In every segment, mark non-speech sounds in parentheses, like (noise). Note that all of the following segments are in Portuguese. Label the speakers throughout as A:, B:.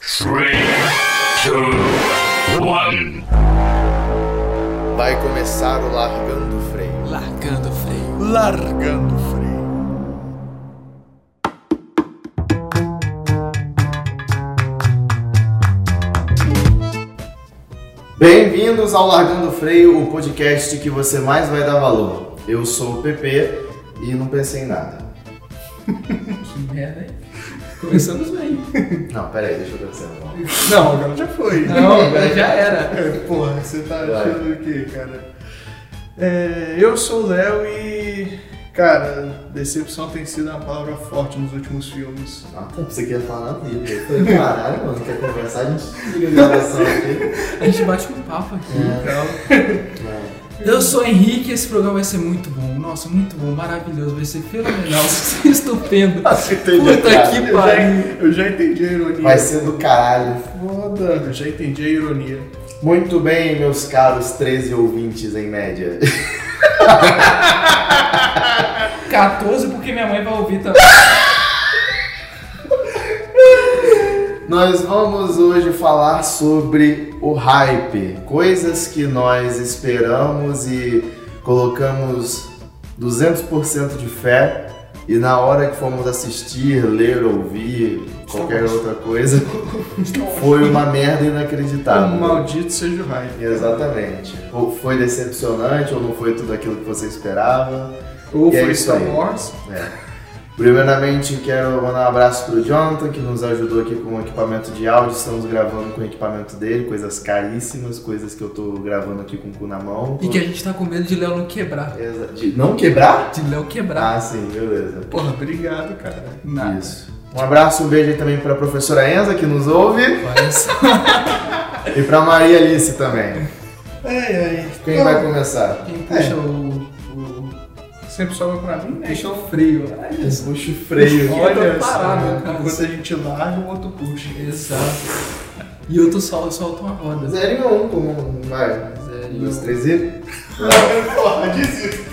A: Three, two, one.
B: Vai começar o Largando o Freio.
C: Largando o freio.
B: Largando o Freio. Bem-vindos ao Largando o Freio, o podcast que você mais vai dar valor. Eu sou o Pepe e não pensei em nada.
C: Que merda, hein? Começamos bem.
B: Não, peraí, deixa eu pensar.
D: Não, agora já foi.
C: Não, agora já era.
D: É, Porra, você tá achando o quê, cara? É, eu sou o Léo e. Cara, decepção tem sido uma palavra forte nos últimos filmes.
B: Ah, tá, você queria falar na vida. Eu falei, caralho, mano, quer conversar? A gente liga a gravação
C: (laughs)
B: aqui.
C: A gente bate um papo aqui
B: É.
C: e
D: Então,
C: tal.
B: É.
C: Eu sou o Henrique e esse programa vai ser muito bom. Nossa, muito bom, maravilhoso. Vai ser fenomenal. (laughs) Estupendo. Puta
B: cara.
C: que
D: Eu já,
C: pariu.
D: eu já entendi a ironia.
B: Vai ser do caralho.
D: Foda, eu já entendi a ironia.
B: Muito bem, meus caros 13 ouvintes em média.
C: 14 porque minha mãe vai ouvir também.
B: Nós vamos hoje falar sobre o hype, coisas que nós esperamos e colocamos 200% de fé e na hora que fomos assistir, ler, ouvir, qualquer outra coisa, foi uma merda
D: Um
B: inacreditável.
D: maldito seja o hype.
B: Exatamente. Ou foi decepcionante, ou não foi tudo aquilo que você esperava.
D: Ou
B: E é
D: foi
B: isso
D: Star
B: aí.
D: Wars.
B: Primeiramente, quero mandar um abraço pro Jonathan, que nos ajudou aqui com o equipamento de áudio. Estamos gravando com o equipamento dele, coisas caríssimas, coisas que eu tô gravando aqui com o cu na mão.
C: E que a gente tá com medo de Léo não quebrar.
B: Exa- de não quebrar?
C: De Léo quebrar.
B: Ah, sim, beleza.
D: Porra, obrigado, cara.
C: Nada.
B: Isso. Um abraço, um beijo aí também pra professora Enza, que nos ouve,
C: Olha só.
B: e pra Maria Alice também.
D: Ai, ai.
B: Quem
D: Não,
B: vai começar?
C: Quem puxa o, o-
D: Sempre sobra pra mim, né?
C: Puxa o freio. Olha só.
B: Puxa o freio.
D: Olha
C: tô
D: só,
C: parado,
D: né?
C: cara.
D: enquanto a gente larga, o outro puxa.
C: Exato. E outro sol solta uma roda.
B: Zero e um, como vai?
C: Zero
B: Um,
C: e
B: dois,
C: um.
B: três e...
D: Porra, desisto.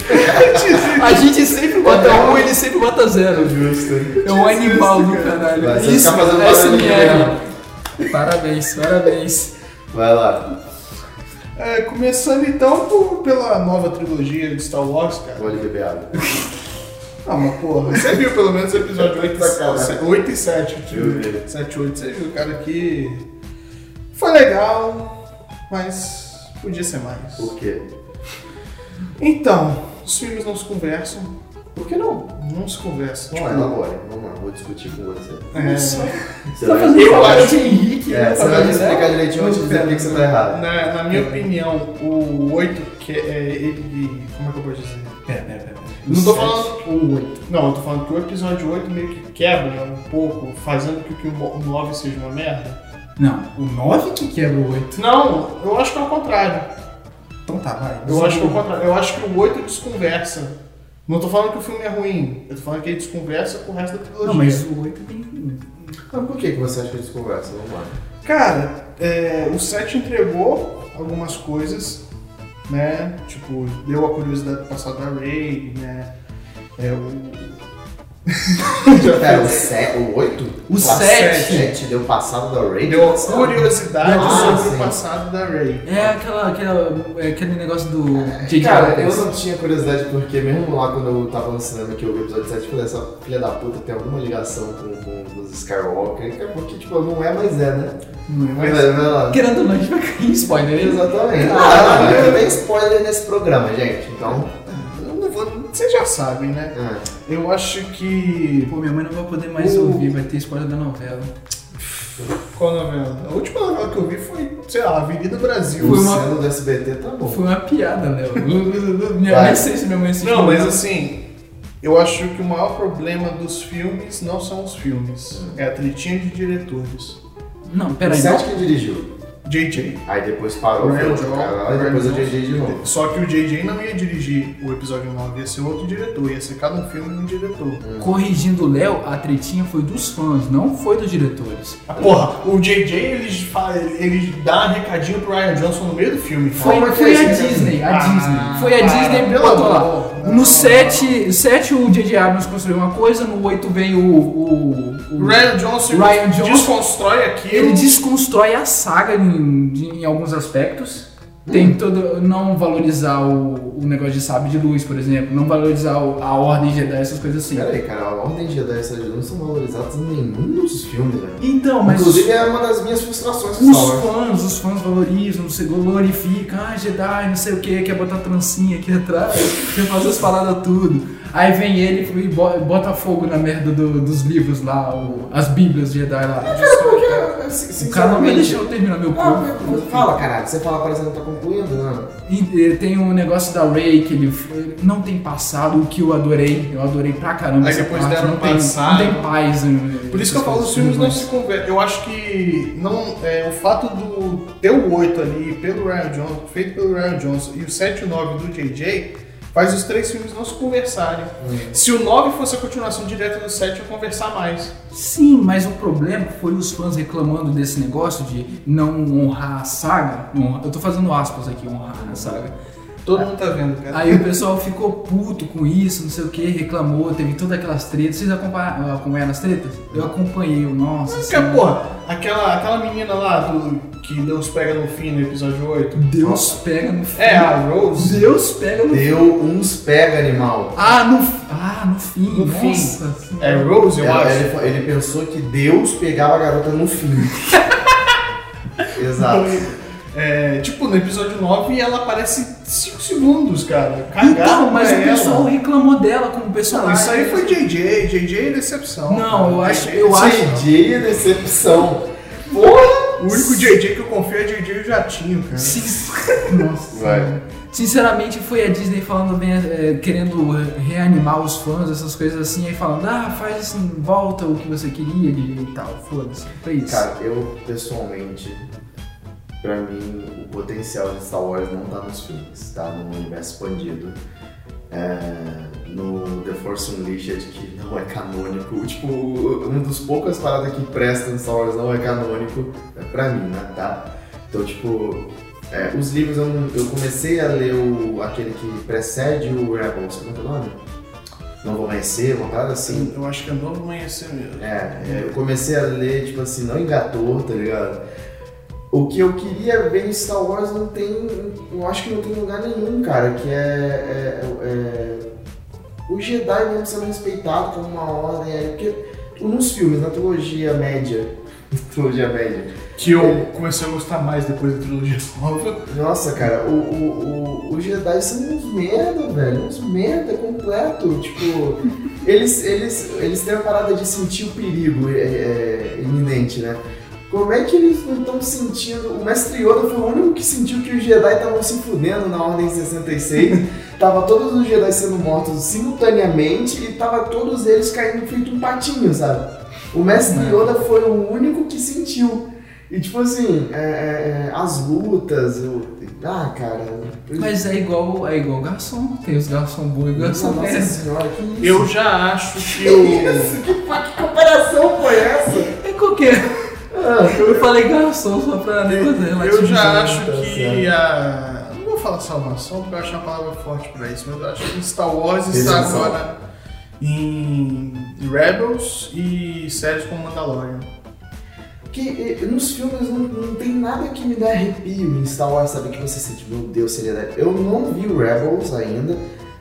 C: A gente sempre bota um, ele sempre bota zero.
B: Justo, hein?
C: É um animal do
D: cara.
C: caralho.
B: Vai, você fica fazendo
C: é
B: barulho aqui
C: SMR. Parabéns, parabéns.
B: Vai lá.
D: É, começando então por- pela nova trilogia de Star Wars, cara.
B: Olha beber água.
D: Ah, mas porra, você viu pelo menos o episódio 8
B: Tá cara.
D: e 7,
B: Eu vi.
D: 7 e 8, você viu, cara, que foi legal, mas podia ser mais.
B: Por quê?
D: Então, os filmes não se conversam,
B: Por que não?
D: não se conversam.
B: Vamos lá, elabore. Vamos lá, vou discutir com você.
D: é,
B: Você
C: tá
B: vai
C: fazendo
B: explicar-
C: falar de Henrique.
B: É, você vai me explicar direitinho, eu vou te dizer por que que você tá errado.
D: na, na minha opinião, o 8, que é ele. Como é que eu posso dizer? Não tô falando o 8. Não, eu tô falando que o episódio 8 meio que quebra um pouco, fazendo com que o 9 seja uma merda.
C: Não, o 9 que quebra o 8.
D: Não, eu acho que é o contrário.
C: Então tá, vai.
D: Eu acho que é o contrário. Eu acho que o 8 desconversa. Não tô falando que o filme é ruim. Eu tô falando que ele desconversa com o resto da trilogia.
C: Não, mas o 8 tem. um.
B: Mas por que que você acha que eles conversam? Vamos lá.
D: Cara, é, o 7 entregou algumas coisas, né? Tipo, deu a curiosidade do passado da Rey, né? É, o... (laughs)
B: Pera, o 7, o 8?
C: O sete.
B: deu passado da Raid?
D: Deu a curiosidade
B: Ah,
D: sobre
B: sim.
D: o passado da Rey.
C: É aquela, aquela, é aquele negócio do J.J.
B: Cara, eu
C: Abrams.
B: não tinha curiosidade porque mesmo lá quando eu tava no cinema que eu vi o episódio 7, eu falei, essa filha da puta tem alguma ligação com, com os Skywalker, que é porque, tipo, não é, mas é, né?
D: Não é
B: Vai,
D: mais
B: vai lá.
C: Querendo ou não, a gente vai cair em spoiler. né?
B: Exatamente. Ah, não tem spoiler nesse programa, gente. Então.
D: Eu não vou- Vocês já sabem, né?
B: ah.
D: Eu acho que.
C: Pô, minha mãe não vai poder mais
D: O-
C: ouvir, vai ter spoiler da novela.
D: Qual novela? A última novela que eu vi foi, sei lá, Avenida Brasil.
B: o
C: Foi uma-
B: selo do SBT tá bom.
C: Foi uma piada, Léo. Minha
B: Vai.
C: nem sei se minha mãe assistiu.
D: Não, mas assim, eu acho que o maior problema dos filmes não são os filmes, é a tretinha de diretores.
C: Não,
B: O
C: peraí. não.
B: Sete que dirigiu.
D: JJ.
B: Aí depois parou, foi
D: Ryan
B: outro
D: Johnson,
B: cara lá, e
D: Ryan
B: depois o
D: Johnson.
B: JJ de novo.
D: Só que o JJ não ia dirigir o episódio 9, ia ser outro diretor, ia ser cada um filme de um diretor.
C: Corrigindo o Léo, a tretinha foi dos fãs, não foi dos diretores.
D: Ah, Porra, o JJ eles, fa- eles dá um recadinho pro Ryan Johnson no meio do filme.
C: Foi,
B: mas
C: foi
B: foi
C: a
B: assim,
C: Disney, a
D: Ah,
C: Disney. Foi a
D: para,
C: Disney que
D: pelo
C: botou
D: amor.
C: lá. No 7, 7 o J.J. Abrams construiu uma coisa, no 8 vem o. o, o-
D: Ryan Johnson,
C: Ryan Johnson.
D: desconstrói aquilo.
C: Ele desconstrói a saga em, de- em alguns aspectos. Tem
D: Hum.
C: todo. Não valorizar o, o negócio de sabre de luz, por exemplo. Não valorizar o- a ordem Jedi, essas coisas assim.
B: Pera aí, cara, a Ordem Jedi e Star Wars não são valorizados em nenhum dos filmes, velho.
C: Então, mas.
B: Inclusive, é uma das minhas frustrações com Star
C: Os
B: Wars.
C: fãs, os fãs valorizam, se glorificam, ah, Jedi, não sei o que, quer botar trancinha aqui (laughs) atrás, quer fazer as paradas tudo. Aí vem ele e bo- bota fogo na merda do- dos livros lá, o- as bíblias Jedi lá.
B: Porque, é, sin-
C: O cara não me
B: sinceramente...
C: deixou terminar meu
B: Ah,
C: corpo.
B: mas fala, caralho. Você fala, parece que não tá concluindo, né?
C: E, eh, Tem um negócio da Rey que ele ele não tem passado, o que eu adorei. Eu adorei pra caramba.
D: Aí
C: essa
D: depois
C: parte,
D: deram
C: não tem,
D: passado.
C: Não tem paz. né? em-
D: Por isso que eu falo, os filmes não se conversam. Eu acho que não, é, o fato do ter o 8 ali, pelo Ryan Johnson, feito pelo Ryan Johnson, e o 7 e o 9 do JJ, faz os três filmes não se conversarem.
C: Uhum.
D: Se o 9 fosse a continuação direta do 7, eu conversar mais.
C: Sim, mas o problema foi os fãs reclamando desse negócio de não honrar a saga. Honra- Eu tô fazendo aspas aqui, honrar a saga.
D: Todo mundo tá vendo, cara.
C: É. Aí o pessoal ficou puto com isso, não sei o que, reclamou, teve todas aquelas tretas. Vocês acompanha- acompanharam as tretas? Eu acompanhei, eu, nossa.
D: Porque,
C: senhora.
D: porra, aquela, aquela menina lá do, que Deus pega no fim no episódio 8.
C: Deus pega no fim.
D: É, a Rose.
C: Deus pega no
B: Deu uns pega, animal.
C: Ah, no, ah, no fim,
D: No fim.
C: nossa.
D: É Rose, eu
B: Ela-
D: acho.
B: ele, ele pensou que Deus pegava a garota no
C: (laughs)
B: fim. Exato.
D: É, tipo, no episódio 9 ela aparece 5 segundos, cara. Cagaram
C: Então, mas
D: pra
C: o
D: ela.
C: pessoal reclamou dela como personagem.
D: Não, isso aí foi JJ, JJ é decepção.
C: Não, eu acho-
D: JJ é
C: eu
D: decepção.
C: acho-
B: Dia decepção. Porra!
D: O único JJ que eu confio é JJ Jatinho, cara.
C: Sin- Nossa.
B: Vai.
C: Sinceramente, foi a Disney falando bem, é, querendo reanimar os fãs, essas coisas assim, aí falando, ah, faz assim, volta o que você queria e e tal, foda-se, foi isso.
B: Cara, eu pessoalmente, pra mim, o potencial de Star Wars não tá nos filmes, tá no universo expandido. É, no The Force Unleashed, que não é canônico. Tipo, um dos poucas paradas que presta no Star Wars não é canônico, é pra mim, né, tá? Então, tipo, é, os livros eu, não- eu comecei a ler o, aquele que precede o Rebels, como é que é o nome? Não vou amanhecer, uma parada assim.
D: Eu acho que é novo amanhecer mesmo.
B: É, eu comecei a ler, tipo assim, não engatou, tá ligado? O que eu queria ver em Star Wars não tem. Eu acho que não tem lugar nenhum, cara, que é. é- é- o Jedi mesmo sendo respeitado como uma ordem. É, porque nos filmes, na trilogia média. (laughs) trilogia média.
D: Que eu comecei a gostar mais depois da trilogia nova.
B: Nossa, cara, o, o, o, os Jedi são uns merda, velho. Uns merda completo. Tipo, eles, eles, eles têm a parada de sentir o perigo é, é, iminente, né? Como é que eles não estão sentindo? O Mestre Yoda foi o único que sentiu que os Jedi estavam se fudendo na Ordem 66. tava todos os Jedi sendo mortos simultaneamente e tava todos eles caindo feito um patinho, sabe? O Mestre Yoda foi o único que sentiu. E tipo assim, é, é, é, as lutas, eu. Ah, cara. eu-
C: Mas é igual, é igual garçom, tem os garçom bom e
B: Nossa,
C: garçom
B: nossa
C: péssimo.
B: senhora, que isso?
D: Eu já acho que
B: Que
D: o.
B: (laughs) isso? Que, pa- que comparação foi essa?
C: É qualquer.
B: Ah,
C: Eu falei garçom só pra fazer
D: Eu já acho
B: tá
D: que a. Não vou falar salvação, porque eu acho uma palavra forte pra isso, mas eu acho que Star Wars está
B: Redenção.
D: agora em Rebels e séries como Mandalorian.
B: que, eh, nos filmes não, não tem nada que me dá arrepio em Star Wars, sabe? Que você sente, meu Deus, seria. Eu não vi o Rebels ainda,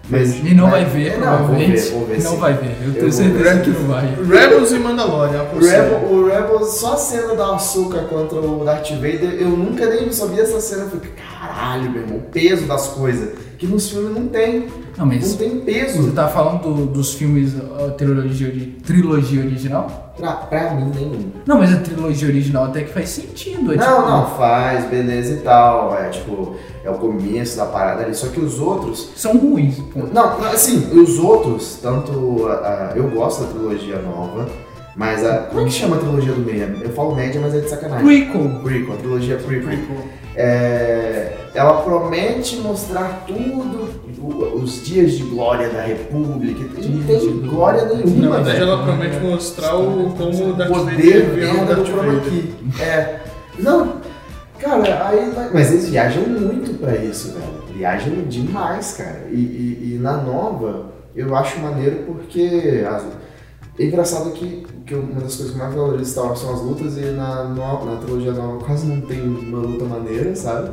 B: mas.
C: E não vai ver,
B: É, não, vou ver,
C: provavelmente.
B: vou ver
C: não
B: sim.
C: vai ver, eu
B: vou
C: tenho certeza
B: ver.
C: que não vai.
D: Rebels e Mandalorian, a
B: O
D: possível.
B: Rebel, o Rebels, só a cena da açúcar contra o Darth Vader, eu nunca nem sabia essa cena. Eu falei, caralho, meu irmão, o peso das coisas. Que nos filmes não tem.
C: Não, mas
B: Não tem peso.
C: você tá falando do- dos filmes, a trilogia, ori- trilogia original?
B: Pra, pra mim, nenhum.
C: Não, mas a trilogia original até que faz sentido. É
B: Não,
C: tipo,
B: não, faz, beleza e tal. É tipo, é o começo da parada ali. Só que os outros.
C: São ruins, pô.
B: Não, assim, os outros, tanto. a- a- eu gosto da trilogia nova, mas a. Como é que chama a trilogia do meio? Eu falo média, mas é de sacanagem.
C: Prequel.
B: Prequel, a trilogia prequel.
D: Prequel.
B: É, ela promete mostrar tudo, o- os dias de glória da República. Não
C: Dias de
B: tem glória
C: glória.
B: nenhuma.
D: Na verdade,
B: velho.
D: ela promete mostrar o, como o Darth
B: poder tá
D: Vader virou Tá o
B: merda
D: tá
B: do
D: Darth
B: chroma
D: Vader.
B: key. É. Não, cara, aí. vai- Mas eles viajam muito pra isso, velho. viajam demais, cara. E, e- e na nova, eu acho maneiro porque. as- é engraçado que, que uma das coisas que eu mais valorizo em Star Wars são as lutas, e na, no- na trilogia nova quase não tem uma luta maneira, sabe?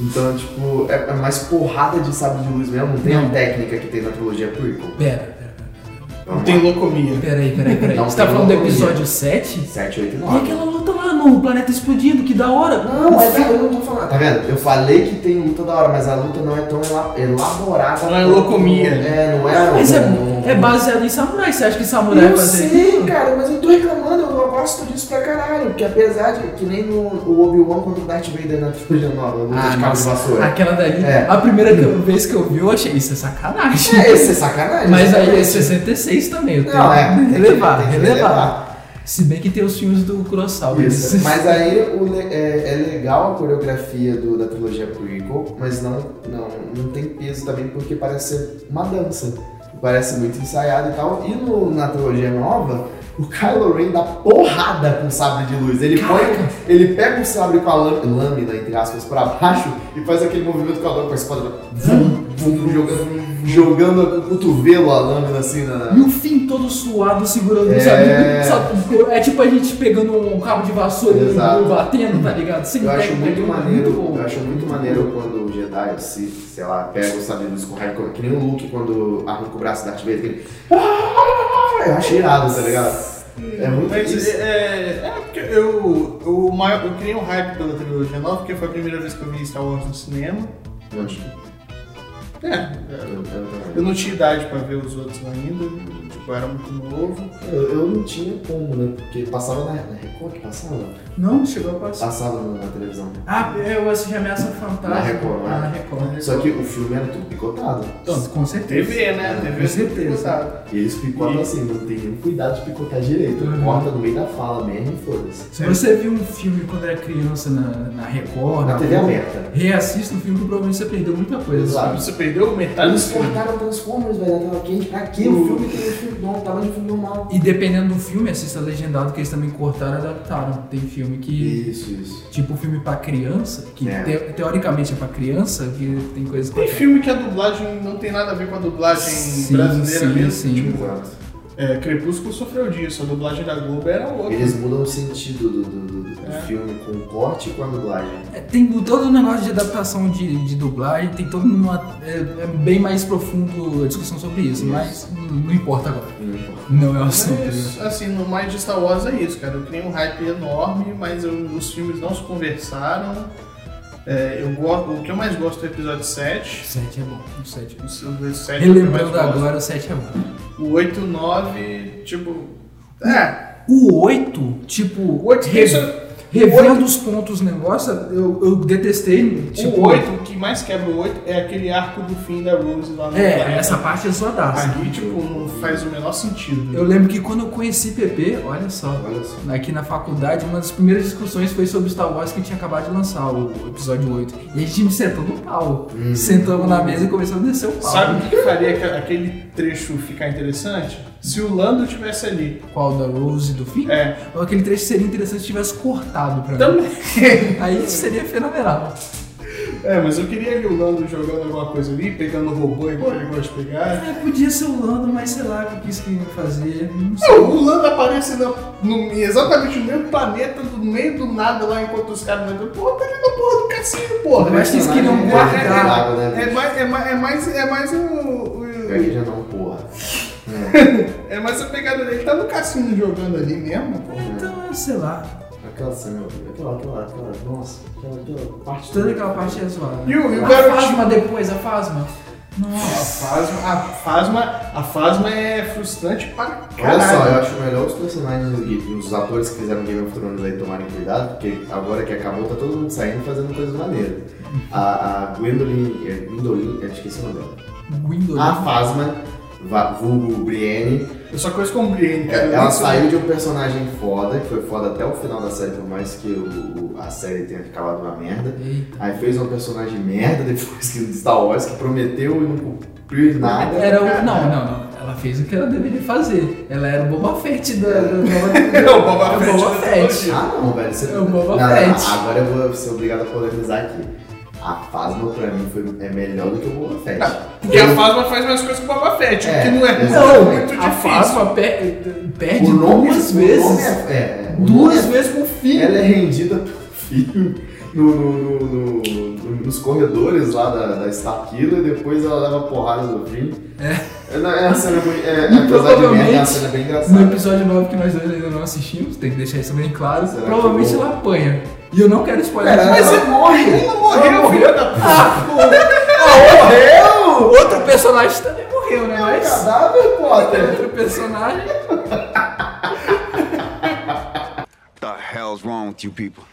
B: Então, tipo, é, é mais porrada de sabre de luz mesmo, não tem a
C: Não.
B: técnica que tem na trilogia prequel.
C: Pera, pera, pera.
D: Não tem locomia.
C: Peraí, peraí, peraí.
B: Não,
C: Você tá
B: tem
C: falando do
B: nome.
C: episódio 7?
B: 7, 8 e
C: E
B: 9.
C: aquela luta lá no planeta explodindo, que da hora.
B: Não, é da eu não tô falando. Tá vendo? Eu falei que tem luta da hora, mas a luta não é tão ela- elaborada.
D: Ela é loucomia.
B: É, não é. né,
C: Mas
B: não-
C: é, é baseado em samurai. Você acha que samurai
B: Eu
C: vai fazer
B: sei, cara, mas eu tô reclamando, eu gosto disso pra caralho. Porque apesar de que nem no o Obi-Wan contra o Darth Vader na trilogia nova, a luta
C: Ah,
B: de cabo de
C: nossa.
B: vassoura.
C: Aquela dali,
B: É.
C: a primeira que eu- vez que eu vi, eu achei isso é sacanagem.
B: É, esse é sacanagem.
C: Mas aí é
B: exatamente.
C: 66 também, eu tenho
B: Não, é.
C: que
B: tem que-
C: relevar,
B: tem que
C: relevar. Se bem que tem os filmes do Kurosawa.
B: Isso.
C: né?
B: Mas aí o le- é, é legal a coreografia do- da trilogia prequel, mas não, não, não tem peso também porque parece ser uma dança. Parece muito ensaiado e tal. E no- na trilogia nova, o Kylo Ren dá porrada com o sabre de luz. Ele, põe, ele pega o sabre com a lâ- lâmina, entre aspas, pra baixo e faz aquele movimento com a lâmina, com a espada vum, vum, vum, jogando, jogando o cotovelo a lâmina assim na.
C: E o fim todo suado, segurando,
B: É.
C: sabe? Sabe? É tipo a gente pegando um cabo de vassoura e
B: Exato.
C: batendo, tá ligado? Sem
B: Eu acho
C: técnica
B: muito
C: nenhuma,
B: maneiro,
C: bom.
B: eu acho muito maneiro quando o Jedi, se, sei lá, pega o sabre de luz com raiva, como- que nem o Luke quando arranca o braço da Darth Vader, aquele... Eu acho irado, tá ligado? É muito
D: Mas
B: isso.
D: é, é porque eu, eu, o maior- eu criei um hype pela trilogia nova, porque foi a primeira vez que eu vi Star Wars no cinema.
B: Não, tipo,
D: É,
B: eu-
D: eu
B: eu-
D: não tinha idade pra ver os outros ainda, tipo, eu era muito novo.
B: Eu eu não tinha como, né? Porque passava na, na Record, passava,
C: Não, chegou a passar.
B: passava na, na televisão.
C: Ah, eu assisti Ameaça Fantástica.
B: Na Record, né?
C: Na Record.
B: Só que o filme era tudo picotado.
C: Então, com certeza.
D: TV, né?
B: Ah,
D: TV
C: com certeza.
D: sabe?
B: E eles picotam
D: E-
B: assim, não tem nenhum cuidado de picotar direito.
C: Uhum.
B: Corta no meio da fala mesmo e foda-se.
C: Se você viu um filme quando era criança na, na Record,
B: Na TV aberta.
C: reassista o filme que provavelmente você perdeu muita coisa.
B: Exato.
D: Você perdeu metade
B: Eles
D: dos filmes.
B: cortaram Transformers, velho, da tela quente. Pra quê? O filme tem um filme bom, tava de filme normal.
C: E dependendo do filme, assista legendado, que eles também cortaram e adaptaram. Tem filme que.
B: Isso, isso.
C: Tipo filme pra criança, que
B: É.
C: te- teoricamente é pra criança, que é. tem coisas
D: Tem filme que a dublagem não tem nada a ver com a dublagem
C: Sim,
D: brasileira
C: sim,
D: mesmo.
C: sim.
D: Tipo,
B: Exato.
D: é, Crepúsculo sofreu disso, a dublagem da Globo era outra.
B: Eles mudam o sentido do, do- do- do
D: É.
B: filme com o corte e com a dublagem.
C: É, Tem todo um negócio de adaptação de, de dublagem, tem todo uma. É, é bem mais profundo a discussão sobre isso,
B: Isso.
C: mas não, não importa agora.
B: Não importa.
C: Não é o assunto. né?
D: Mas, assim, no mais de Star Wars é isso, cara. Eu criei um hype enorme, mas eu- os filmes não se conversaram. É, eu go- o que eu mais gosto é o episódio 7.
C: O 7 é bom. O 7 é bom.
D: O 7 é o que eu mais
C: Relembrando
D: gosto.
C: agora, o 7 é bom.
D: O 8 e o 9, tipo. É,
C: O 8, tipo.
D: o 8
C: re-
D: isso-
C: Revendo os pontos negócio, eu, eu detestei. Tipo,
D: é o 8, o que mais quebra o 8 é aquele arco do fim da Rose lá no
C: É,
D: planeta.
C: essa parte é zoadaça.
D: Ali, tipo, não faz o menor sentido.
C: Eu lembro que quando eu conheci PP, olha só,
B: Olha só.
C: aqui na faculdade, uma das primeiras discussões foi sobre Star Wars que tinha acabado de lançar, o episódio 8. E a gente sentou no pau. Sentamos na mesa e começamos a descer o pau.
D: Sabe o que que faria que- aquele trecho ficar interessante? Se o Lando tivesse ali.
C: Qual da Rose do fim?
D: É,
C: Ou aquele trecho seria interessante se tivesse cortado pra mim.
D: também.
C: Aí seria fenomenal.
D: É, mas eu queria ver o Lando jogando alguma coisa ali, pegando o robô igual ele gosta de pegar.
C: É, podia ser o Lando, mas sei lá o que isso que ia fazer. Não sei.
D: Não, o Lando aparece na- no, exatamente no mesmo planeta, no meio do nada lá, enquanto os caras andam. Pô, tá ali na porra do cassino, porra.
C: Eu acho que eles queriam
B: É,
C: guardar.
B: é, é, é,
D: É
B: é,
D: mais, é mais, é mais, é mais o,
B: é,
D: o-
B: Aqui já não, porra.
D: É mais a pegada dele. Tá no cassino jogando ali mesmo, pô.
C: Então, eu sei lá.
B: Aquela cena, aquela, aquela, aquela, nossa, aquela, aquela Tá parte.
C: Toda aquela parte é zoada.
D: E o- e o
C: a
D: garotinho?
C: Fasma depois, a Fasma.
D: A
C: Nossa.
D: Fasma, a Fasma, a Fasma é frustrante pra
B: Olha só, eu
D: caralho.
B: acho melhor os personagens e os atores que fizeram Game of Thrones aí tomarem cuidado, porque agora que acabou tá todo mundo saindo e fazendo coisas maneiras. A, a Gwendolyn, é, Gwendolyn, eu esqueci o nome dela.
C: Windows.
B: A Fasma, va- vulgo Brienne,
D: Eu só conheço com o Brienne, cara. Eu
B: ela
D: nem sei-
B: saiu de um personagem foda, que foi foda até o final da série, por mais que o- o- a série tenha acabado uma merda.
C: Eita.
B: Aí fez um personagem merda depois que do Star Wars, que prometeu e não cumpriu nada.
C: Era o. Não, não, não. Ela fez o que ela deveria fazer. Ela era o Boba Fett da. da- da-
D: É o Boba Fett
C: Boba
D: da
C: Fett.
D: trilogia.
B: Ah não, velho, você
C: É o
B: Não,
C: Boba
B: não,
C: Fett.
B: Agora eu vou ser obrigado a polemizar aqui. A Fasma pra mim foi, é melhor do que o Boba Fett.
D: Porque a Fasma faz mais coisas que o Boba Fett,
B: É,
D: o que não é
B: exato.
D: muito difícil.
C: a Fasma pe- perde
B: O nome-
C: duas
B: o nome
C: vezes.
B: é- é, é, o nome
C: duas vezes com o filho.
B: Ela é rendida pelo filho no- no- no- no- no- nos corredores lá da, da Starkiller e depois ela leva porrada no fim. É. não, É, uma cena muito. (laughs) É, apesar de merda,
C: E
B: é uma
C: provavelmente,
B: cena bem
C: No
B: engraçada.
C: episódio 9 que nós dois ainda não assistimos, tem que deixar isso bem claro,
B: Será que
C: provavelmente
B: eu vou?
C: ela apanha. E eu não quero spoiler.
B: Pera,
C: mas
B: ela-
C: é-
D: morre! Ele não morreu, filho da
B: Morreu!
C: Ah, outro personagem também morreu, né?
B: É um
C: Mas
B: cadáver, Potter!
C: outro personagem.
E: the hell's wrong with you people?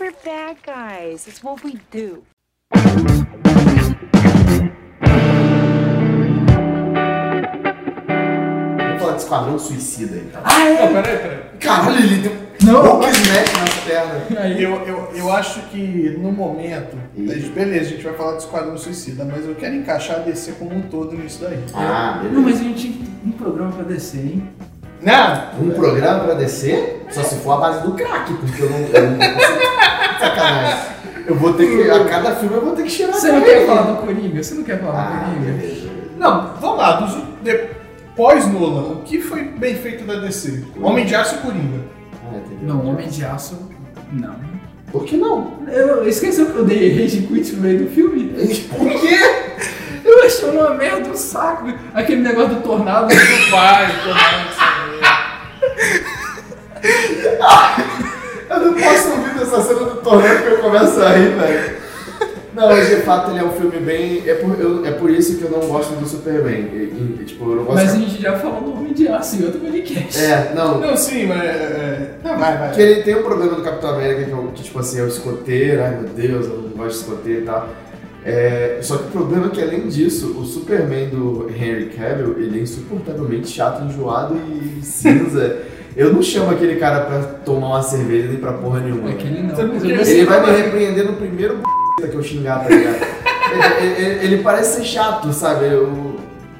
F: We're bad guys. It's what we do.
B: Vamos falar de Esquadrão Suicida então.
C: Ah,
D: Não,
C: é?
D: peraí, peraí.
B: Caralho, ele deu
C: Não.
B: um smash nas pernas.
C: Aí,
D: Eu, eu, eu acho que no momento,
B: Ih.
D: a gente- beleza, a gente vai falar do Esquadrão Suicida, mas eu quero encaixar a DC como um todo nisso daí.
B: Ah, beleza.
C: não, mas a gente tinha que ter um programa pra descer, hein?
D: Não!
B: Um programa pra descer, só se for a base do crack, porque eu não. Eu não consigo- (laughs) Sacanagem. Eu vou ter que. A cada filme eu vou ter que cheirar
C: Você não
B: crack.
C: quer falar do Coringa? Você não quer falar
B: Ah,
C: do Coringa?
B: beleza.
D: Não, vamos lá, dos, de, pós Nolan, o que foi bem feito da DC? Homem de Aço e Coringa.
B: Ah, entendeu?
C: Não, Homem de Aço, não.
B: Por que não?
C: Eu esqueci que eu dei rage quit no meio do filme.
B: Por quê?
C: Eu achei uma merda, um saco. Aquele negócio do tornado.
D: Pai, Coringa.
B: Eu não posso ouvir dessa cena do torneio que eu começo a rir, velho. Não, mas de fato ele é um filme bem. É por, eu- é por isso que eu não gosto do Superman. E- e, tipo, eu não gosto.
C: Mas a gente já falou do Homem de Aço em outro podcast.
B: É, não,
D: Não, sim, mas. é, é, Não, vai, vai.
B: Que ele tem um problema do Capitão América que, é o- que, tipo assim, é o escoteiro, ai meu Deus, eu não gosto de escoteiro e tal. É, só que o problema é que além disso, o Superman do Henry Cavill, ele é insuportavelmente chato, enjoado e cinza. (laughs) eu não chamo aquele cara pra tomar uma cerveja nem pra porra nenhuma. né?
C: Aquele não.
D: Sabe
C: mas
D: por
C: eu
D: quê?
C: gostei.
B: Ele vai me repreender no primeiro b****** que eu xingar, tá ligado? ele, ele- ele parece ser chato, sabe? Eu...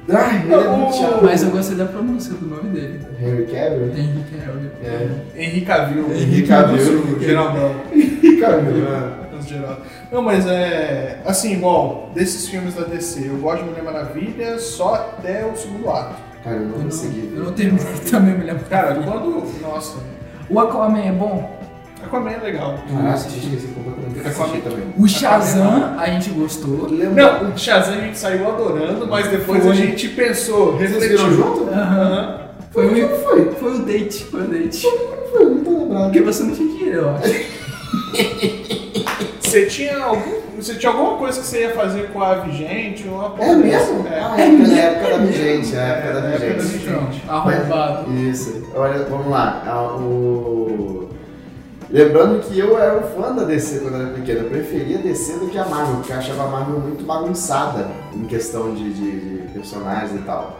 B: Ai, ele é muito chato.
C: Mas eu gostei da pronúncia do nome dele.
B: Henry Cavill?
C: Henrique Cavill.
B: É.
D: Henrique Cavill.
B: Henrique Cavill.
D: Geraldão.
B: Cavill, né?
D: Mas geral. Não, mas é. Assim, igual, desses filmes da DC, eu gosto de Mulher Maravilha só até o segundo ato.
B: Cara, eu não
C: Eu
B: consegui.
C: não, eu não terminei também, mulher.
D: Cara, quando. Nossa.
C: O Aquaman é bom.
D: Aquaman é legal.
B: Caraca, assisti esse completamente. Eu assisti também.
C: O Shazam a gente gostou.
B: Lembra?
D: Não, o Shazam a gente saiu adorando, mas depois
C: Foi.
D: a gente pensou,
B: Vocês viram
D: refletiu.
B: junto?
D: Aham.
C: Foi
B: Como
C: o,
B: que foi?
C: foi o date, foi o date.
B: Como foi? Não tô lembrado.
C: Porque você não tinha dinheiro, eu acho.
D: Você tinha algum. Você tinha alguma coisa que você ia fazer com a Vigente? Uma porra
B: É mesmo?
D: dessa? É.
B: Ah, é, na época da vigente, é a época da
D: É, é,
B: vigente.
C: Então,
B: Mas-
C: arrombado.
B: Isso. Olha, vamos lá. Ah, o- Lembrando que eu era um fã da DC quando eu era pequeno. Eu preferia DC do que a Marvel, porque eu achava a Marvel muito bagunçada em questão de, de- de personagens e tal.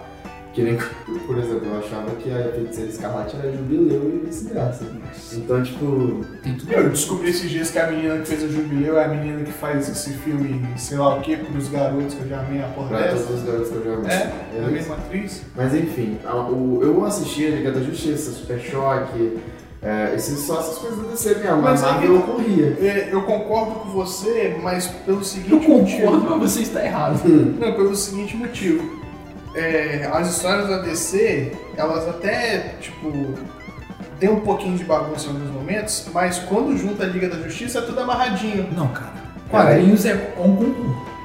B: Que nem, (laughs) por exemplo, eu achava que a Feiticeira Escarlate era jubileu e vice-graça. Então, tipo,
C: Tem tudo.
D: Eu descobri esses dias que a menina que fez o jubileu é a menina que faz esse filme, sei lá o que, pros garotos que eu já amei a porra
B: pra
D: dessa.
B: todos os garotos que eu já amei.
D: É, é a mesma atriz.
B: Mas enfim, a- o- eu assisti a Liga da Justiça, Super Choque, é, esses, só essas coisas da DC mesmo, mas
D: Mas
B: a Marvel eu
C: tá.
B: corria.
D: É, Eu concordo com você, mas pelo seguinte
C: Eu concordo,
D: motivo.
C: mas você está errado.
D: Não, pelo seguinte motivo. É, as histórias da DC, elas até, tipo, tem um pouquinho de bagunça em alguns momentos, mas quando junta a Liga da Justiça é tudo amarradinho.
C: Não, cara. Quadrinhos é um concurso.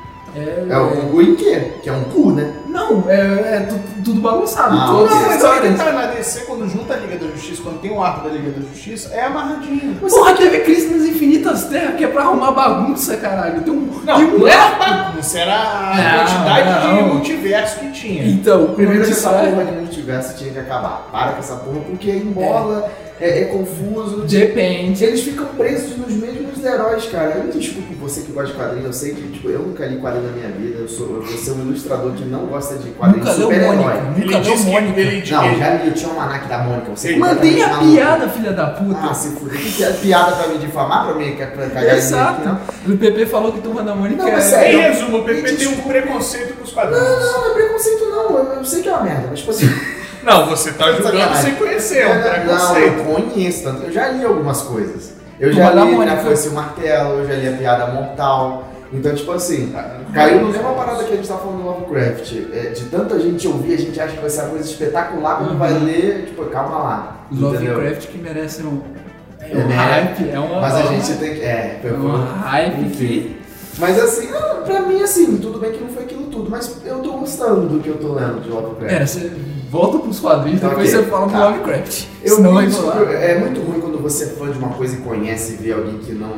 B: É o cu em quê? Que é um cu, né?
C: Não, é, é tu- tudo bagunçado.
B: Ah,
C: Todas
D: Não,
C: as
D: mas aí que
C: histórias.
D: tá na DC, quando junta a Liga da Justiça, quando tem um arco da Liga da Justiça, é amarradinho.
C: Porra, teve crise nas infinitas terras que é pra arrumar bagunça, caralho. Tem um. tem um-
D: era bagunça, era a
C: Não,
D: quantidade de
C: não.
D: multiverso que tinha.
C: Então,
B: Primeiro
C: primeiro
B: que
C: de
B: essa
C: sair.
B: porra de multiverso tinha que acabar. Para com essa porra, porque embola, é, é confuso.
C: De repente.
B: Eles ficam presos nos mesmos heróis, cara. Eu me desculpo você que gosta de quadrinho, eu sei que tipo, eu nunca li quadrinho na minha vida, eu sou, eu vou ser um ilustrador que não gosta de quadrinho
C: Nunca leu
B: super-herói.
C: Mônica. Nunca leu
D: disse que-
C: Mônica.
D: ele disse
B: Não,
D: que-
B: já li, eu tinha um manac da Mônica, você
C: Mantém a piada, filha da
B: tá Ah,
C: puta.
B: se fuder. Que pi- piada pra me difamar, pra mim, que é pra cagar
C: Exato.
B: em mim aqui,
C: O PP falou que Turma da Mônica
B: Não, mas
C: é-
B: sério.
D: Em resumo,
B: Me
D: o PP tem um
B: desculpa.
D: preconceito com os quadrinhos.
B: não. Não, não é preconceito, não. Eu, eu sei que é uma merda, mas tipo
C: (laughs)
B: assim.
D: Não, você tá julgando
B: Sacanagem.
D: sem conhecer, é um
B: não,
D: preconceito.
B: eu conheço tanto. Eu já li algumas coisas. Eu
C: Turma
B: já
C: da
B: li
C: Mônica.
B: Dracoice e o Martelo, eu já li a Piada Mortal. Então, tipo assim, caiu na mesma parada que a gente tá falando do Lovecraft. É, de tanta gente ouvir, a gente acha que vai ser uma coisa espetacular, quando vai ler, tipo, calma lá. Entendeu?
C: Uhum. Lovecraft que merece um. É
B: É,
C: um
B: né?
C: hype, é uma.
B: Mas a gente tem que. É,
C: É
B: foi
C: um hype
B: Enfim.
C: que.
B: Mas assim, ah, pra mim, assim, tudo bem que não foi aquilo tudo, mas eu tô gostando do que eu tô lendo de Lovecraft.
C: Pera, é, você volta pros quadrinhos,
B: Tá,
C: depois
B: ok.
C: você fala do
B: Tá.
C: Lovecraft.
B: Eu
C: Senão vai
B: vi isso,
C: rolar.
B: porque é muito ruim quando você é fã de uma coisa e conhece e vê alguém que não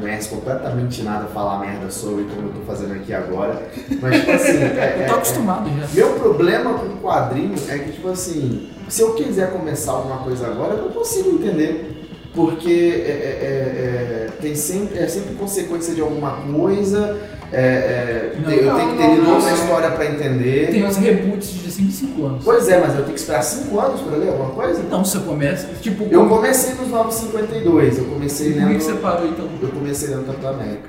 B: conhece completamente nada falar merda sobre, como eu tô fazendo aqui agora. Mas, tipo assim, é,
C: (laughs) Eu
B: é-
C: tô acostumado já.
B: é- Meu problema com quadrinho é que, tipo assim, se eu quiser começar alguma coisa agora, eu não consigo entender. Porque é, é- é- é- tem sempre, é sempre consequência de alguma coisa. é- é,
C: Não,
B: eu tenho que ter lido
C: não,
B: outra
C: não.
B: história pra entender.
C: Tem uns reboots de 5 em 5 anos.
B: Pois é, mas eu tenho que esperar 5 anos pra ler alguma coisa?
C: Então você começa. Tipo,
B: Eu
C: como-
B: comecei nos 952, eu comecei né?
C: por que que você
B: lendo.
C: parou então?
B: Eu comecei lendo Capitão América.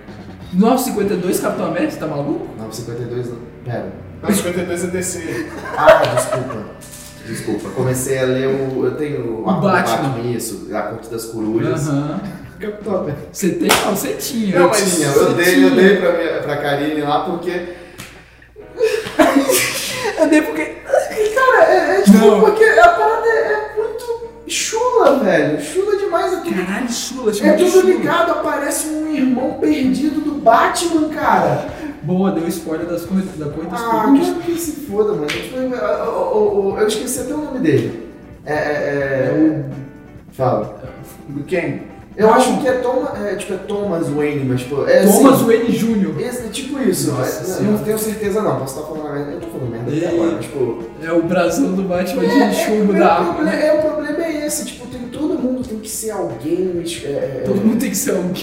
C: 952 Capitão América, você tá maluco?
B: 952 não. Pera.
D: Não, 52 é DC.
B: Ah, desculpa. Desculpa. Comecei a ler o. Eu tenho
C: O
B: a
C: Batman.
B: isso, a Corte das Corujas.
C: Aham.
B: Capitão América.
C: Você tem? Não, você tinha.
B: Eu tinha, eu
C: Você
B: dei, eu
C: tinha.
B: dei pra, minha- pra Karine lá porque.
C: Eu dei porque.
B: Cara, é, é tipo,
C: Não.
B: porque a parada é, é muito chula, velho. Chula demais. É tudo,
C: Caralho, chula,
B: é
C: chula.
B: tudo
C: chula.
B: ligado, aparece um irmão perdido do Batman, cara.
C: Boa, deu spoiler das coisas da coisa das
B: Ah,
C: coisas.
B: quero que se foda, mano. Tipo, eu, eu- eu- eu esqueci até o nome dele. É. É. é- Fala.
D: Do quem?
B: Eu
C: Não.
B: acho que é, Toma, é, tipo, é Thomas Wayne, mas tipo. É,
C: Thomas
B: assim,
C: Wayne Jr.
B: esse- é tipo isso.
C: Nossa
B: mas eu
C: Senhora.
B: não tenho certeza não, posso estar falando merda. Eu tô falando merda até
C: É.
B: agora, mas tipo.
C: É o brasão do Batman
B: é,
C: de chumbo
B: é,
C: da
B: o
C: água.
B: problema,
C: né?
B: é, o problema é esse, tipo, tem, todo mundo tem que ser alguém. é, é,
C: Todo mundo tem que ser um.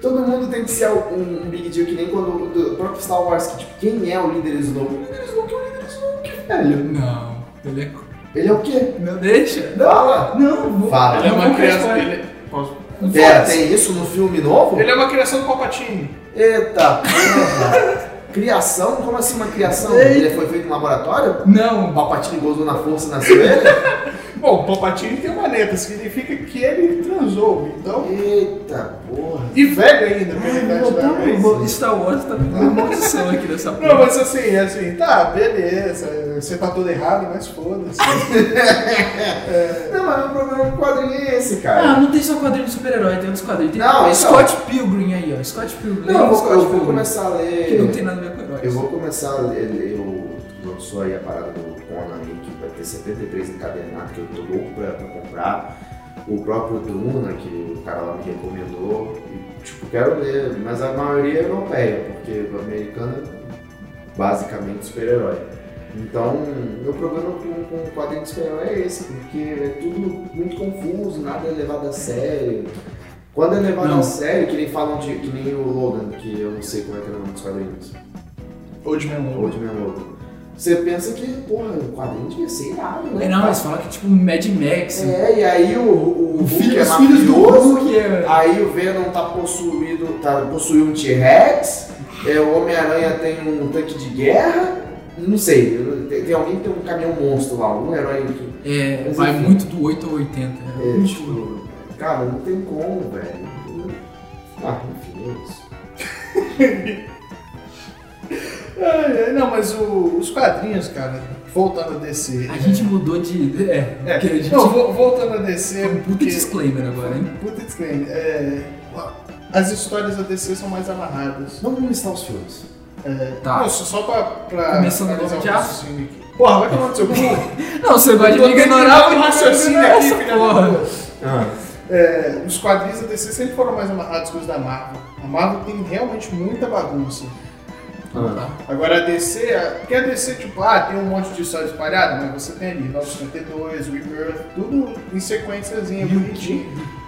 B: Todo mundo tem que ser um, um big deal que nem quando o do próprio Star Wars, que tipo, quem é o líder Snoke? O líder Snoke é o líder Snoke, velho.
C: Não, ele é.
B: Ele é o quê?
C: Não, deixa.
B: Fala!
C: Não, vou.
B: Fala.
D: Ele é uma
C: Não,
D: criança.
C: cara.
D: Ele, posso?
C: Não
B: Pera,
C: faz.
B: tem isso no filme novo?
D: ele é uma criação do Palpatine.
B: Eita porra! criação? Como assim uma criação?
C: Eita.
B: Ele foi feito em laboratório? Um
C: Não,
B: O Palpatine gozou na força na ele?
D: Bom, o Palpatine tem uma neta, significa que ele transou. Então.
B: Eita porra!
D: E velho ainda, pela idade da vez.
C: Tá, Star Wars tá me dando maldição aqui nessa
D: Não,
C: porra.
D: mas assim, é assim, tá, beleza, você tá todo errado, mas foda-se.
B: Não, mas o problema do quadrinho é esse, cara.
C: Ah, não tem só quadrinho de super-herói, tem outros quadrinhos. Tem
B: Não, então-
C: Scott Pilgrim aí, ó. Scott Pilgrim.
B: Não, eu vou,
C: Scott
B: eu vou
C: Pilgrim,
B: começar a
C: Que não tem
B: ler.
C: nada a ver com heróis.
B: Eu vou começar a ler. ler o- Lançou aí a parada do Conan aí, que vai ter 73 encadernados que eu tô louco pra, pra comprar. O próprio Duna, que o cara lá me recomendou. E, tipo, quero ler, mas a maioria é europeia, porque o americano é basicamente super-herói. Então, meu problema com, com o quadrinho de super-herói é esse, porque é tudo muito confuso, nada é levado a sério. Quando é levado
C: Não.
B: a sério, que nem falam de. que nem o Logan, que eu não sei como é que é o nome dos quadrinhos.
D: (laughs) Old Man Lobo.
B: Old Man Logan. Você pensa que, porra, o quadrinho devia ser irado, né?
C: É, não, mas fala que tipo Mad Max. um
B: É, e aí o, o, o
C: O
B: Hulk
C: filho,
B: é
C: os filhos do
B: mafioso,
C: Hulk é.
B: aí o Venom tá possuído, tá, possui um T-Rex, é, o Homem-Aranha tem um tanque de guerra, não sei, tem, tem alguém que tem um caminhão monstro lá, um herói que
C: É,
B: Mas
C: vai
B: enfim.
C: muito do 8 ao 80. né?
B: é, tipo, cara, não tem como, velho. Ah, enfim, é isso.
D: É, é, não, mas o- os quadrinhos, cara, voltando a descer. né?
C: A gente mudou de. É,
D: É,
C: porque a gente.
D: não, vo- voltando a descer,
C: um puta
D: porque...
C: disclaimer agora, hein?
D: Puta disclaimer. É, as histórias da DC são mais amarradas.
B: Vamos listar os filmes.
D: É,
C: Tá.
D: Não, só, só pra, pra
C: Começando
D: finalizar
C: logo
D: o
C: de aço?
D: raciocínio aqui. Porra, vai tomar no seu cu.
C: Não, você gosta de me ignorar,
D: o
C: eu
D: raciocínio
C: ignorar
D: um aqui, né?
C: essa
D: filha da
C: porra.
D: puta.
C: Ah,
D: É, os quadrinhos da DC sempre foram mais amarrados que os da Marvel. A Marvel tem realmente muita bagunça.
C: Tá.
D: Agora a DC, a- porque a DC, tipo, ah, tem um monte de história espalhada, mas você tem ali 952, Rebirth, tudo em sequenciazinha, bonitinho.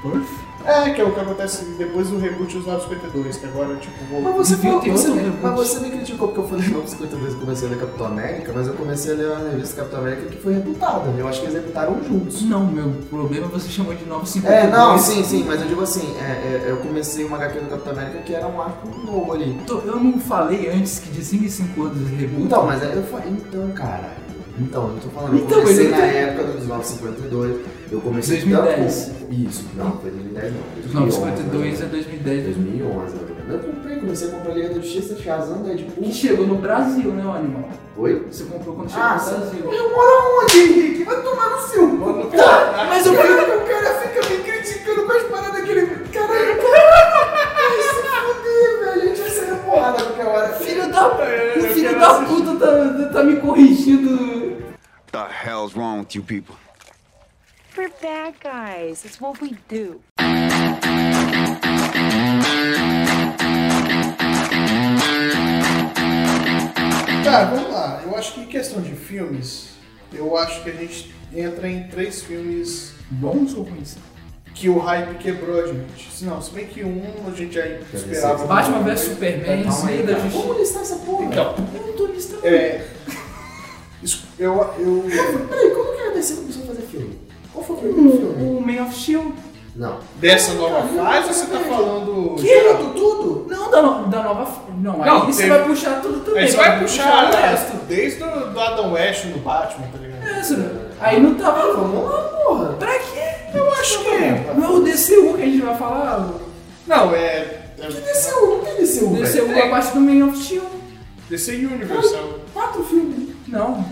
D: É, que é o que acontece depois do reboot dos 952, que agora, tipo,
B: Mas
D: vou...
B: você,
C: Devia
B: falou,
C: ter
B: você,
C: outro
B: me,
C: reboot.
B: mas você me criticou porque eu falei não 50 vezes que comecei a ler Capitão América, mas eu comecei a ler uma revista Capitão América que foi rebutada. Eu acho que eles rebutaram juntos.
C: Não, meu problema é você chamou de 952.
B: É, não, sim, sim, mas eu digo assim, é, é, eu comecei uma HQ do Capitão América que era um arco novo ali.
C: Tô- Eu não falei antes que de 5 em 5 anos reboot.
B: Então, mas aí eu falei, então, cara, Então, não tô falando. Eu
C: Então,
B: comecei
C: ele
B: na
C: tem-
B: época do 1952. Eu comecei
C: 2010.
B: tanto com- Isso, não, foi 2010 não.
C: 952 é
B: 2011,
C: 2010,
B: 2011. mais ou menos. Eu comprei, comecei a comprar Liga da Justiça, Shazam, Deadpool.
C: Que chegou no Brasil, né, o animal?
B: Oi?
C: Você comprou quando chegou
B: Ah,
C: no Brasil.
B: Eu moro onde, Henrique? Vai tomar no seu mano. Tá, mas o cara, o cara fica me criticando com as paradas que ele.
D: (laughs)
B: Caralho, cara. Ai, se fuder, velho. A gente vai sair na porrada qualquer hora.
C: Filho da, o filho da puta tá, tá me corrigindo.
E: The hell's wrong with you people?
F: We're bad guys. It's what we do.
D: Cara, vamos lá. Eu acho que em questão de filmes, eu acho que a gente entra em três filmes
C: Bons ou ruins?
D: que o hype quebrou a gente. Se Não, se bem que um a gente já esperava.
C: Batman vs Superman,
B: Calma aí,
C: Liga da
B: cara.
C: Justiça.
B: Vamos listar essa porra.
D: Então.
C: Eu não tô listando.
D: É. Isso, eu, eu.
B: Peraí, como que a DC começou a fazer filme? Qual foi o
C: Hum.
B: primeiro filme?
C: O Man of Steel.
B: Não.
D: Dessa nova fase, ou você tá falando.
B: Que? Do tudo?
C: Não, da, no- da nova. Não,
D: Não,
C: aí você
D: teve-
C: vai puxar tudo também.
D: Aí você vai puxar
C: o
D: né,
C: resto.
D: desde o do Adam West no Batman, tá ligado?
C: É, senhor. Aí não tava.
B: Vamos lá, porra.
C: Pra quê? Eu acho que. Não é o DCU que a gente vai falar. O
D: Não, é. é
B: DCU, não tem DCU, velho.
C: DCU é a parte do Man of Steel.
D: DC Universal.
B: Quatro filmes.
C: Não.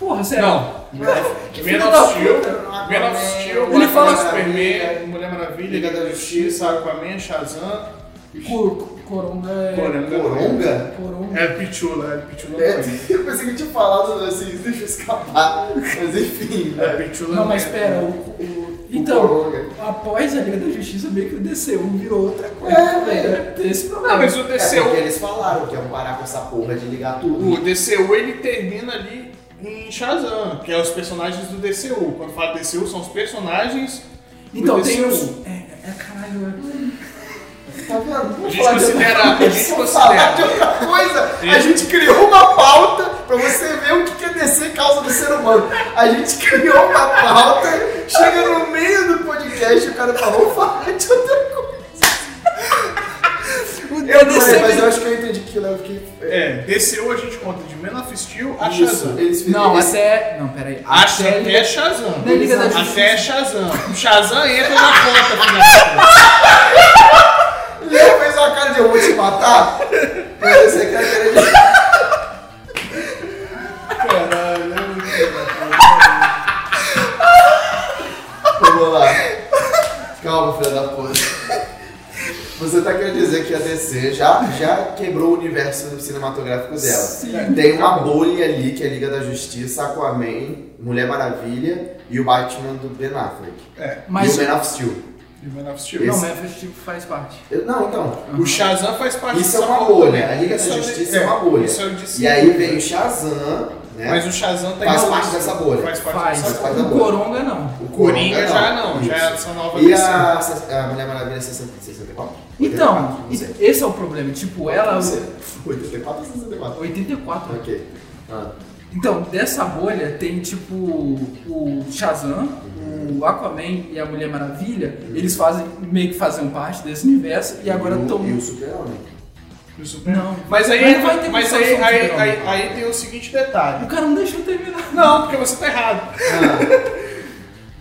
C: Porra, sério.
D: Não.
C: (laughs) Que
D: Man
C: filho
D: of
C: da
D: Steel,
C: puta.
D: Man of Steel,
C: Ele
D: Batman,
C: fala-
D: Superman, Mulher Maravilha, Liga da Justiça, Aquaman, Shazam.
C: Cor- Coronga é.
B: Coronga?
C: Coronga.
D: É Pichula, é Pichula.
B: É, eu pensei que eu tinha falado assim, deixa eu escapar. Mas enfim,
D: É
B: velho.
D: Pichula.
C: Não, mas pera, o. o- Então,
B: Coronga.
C: após a Liga da Justiça, meio que o DCU virou outra coisa. né?
B: É, velho.
C: Tem esse problema.
D: Não, Ah, mas o
B: É porque
D: DCU,
B: eles falaram que iam parar com essa porra de ligar
D: o
B: tudo.
D: DCU ele termina ali em Shazam, que é os personagens do DCU. Quando fala DCU, são os personagens. do
C: Então, tem
D: DCU.
C: os. É, é caralho. é-
B: Tá vendo? Vamos
D: gente
B: falar de outra
D: considera- a
B: coisa.
D: gente
B: Vamos falar
D: considera.
B: de outra coisa. A gente criou uma pauta pra você ver o que que é descer causa do ser humano. A gente criou uma pauta, chega no meio do podcast e o cara fala, vamos falar de outra coisa. Eu não sei, mas eu acho que eu entendi que eu fiquei.
D: É, DCU a gente conta de Man of Steel a
B: Isso,
D: Shazam.
B: eles é
C: Não,
B: eles-
C: até. é- Não, peraí.
D: Acha
C: a Liga-
D: até Shazam.
C: Na Liga da Justiça.
D: Até Shazam. O Shazam entra na conta, filha.
B: E ele fez uma cara de eu vou te matar. Mas você quer que é ele- é Vamos lá. Calma, filha da puta. Você tá querendo dizer que a DC já, já quebrou o universo cinematográfico dela.
C: Sim.
B: Tem uma bolha ali que é a Liga da Justiça, Aquaman, Mulher Maravilha e o Batman do Ben Affleck.
D: É,
C: Mas.
B: E o Man of Steel.
D: de Man of Steel.
C: Não,
B: esse-
C: mas o Steel faz parte.
B: Eu- não, então.
D: O Shazam faz parte
B: Isso é
D: dessa
B: uma bolha. A Liga da Justiça é uma bolha.
D: Isso é o DCU.
B: E aí vem o Shazam, né?
D: Mas o Shazam tá
B: Faz
D: em
B: parte
D: outro-
B: dessa bolha.
D: Faz parte
C: Faz.
D: dessa bolha.
B: faz a
C: O
B: boa.
C: Coronga não.
B: O
D: Coringa já não, já é
B: Isso.
D: essa nova
B: E
D: DC.
B: a, a Mulher Maravilha é 60 64?
C: Então, esse é o problema. Tipo, ela.
B: 84 ou 64?
C: 84.
B: Ok. Ah,
C: Então, dessa bolha tem tipo o Shazam, o Aquaman e a Mulher Maravilha. Eles fazem meio que fazem parte desse universo e agora
B: e o-
C: estão.
B: E o Super-Homem.
D: Do Super-
C: Não.
D: Mas aí,
C: não vai ter
D: mas aí,
C: continuação do
D: aí,
C: Super-Homem.
D: aí, aí tem o seguinte detalhe.
C: O cara não deixa eu terminar.
D: Não, porque você tá errado.
C: Ah.
D: (laughs)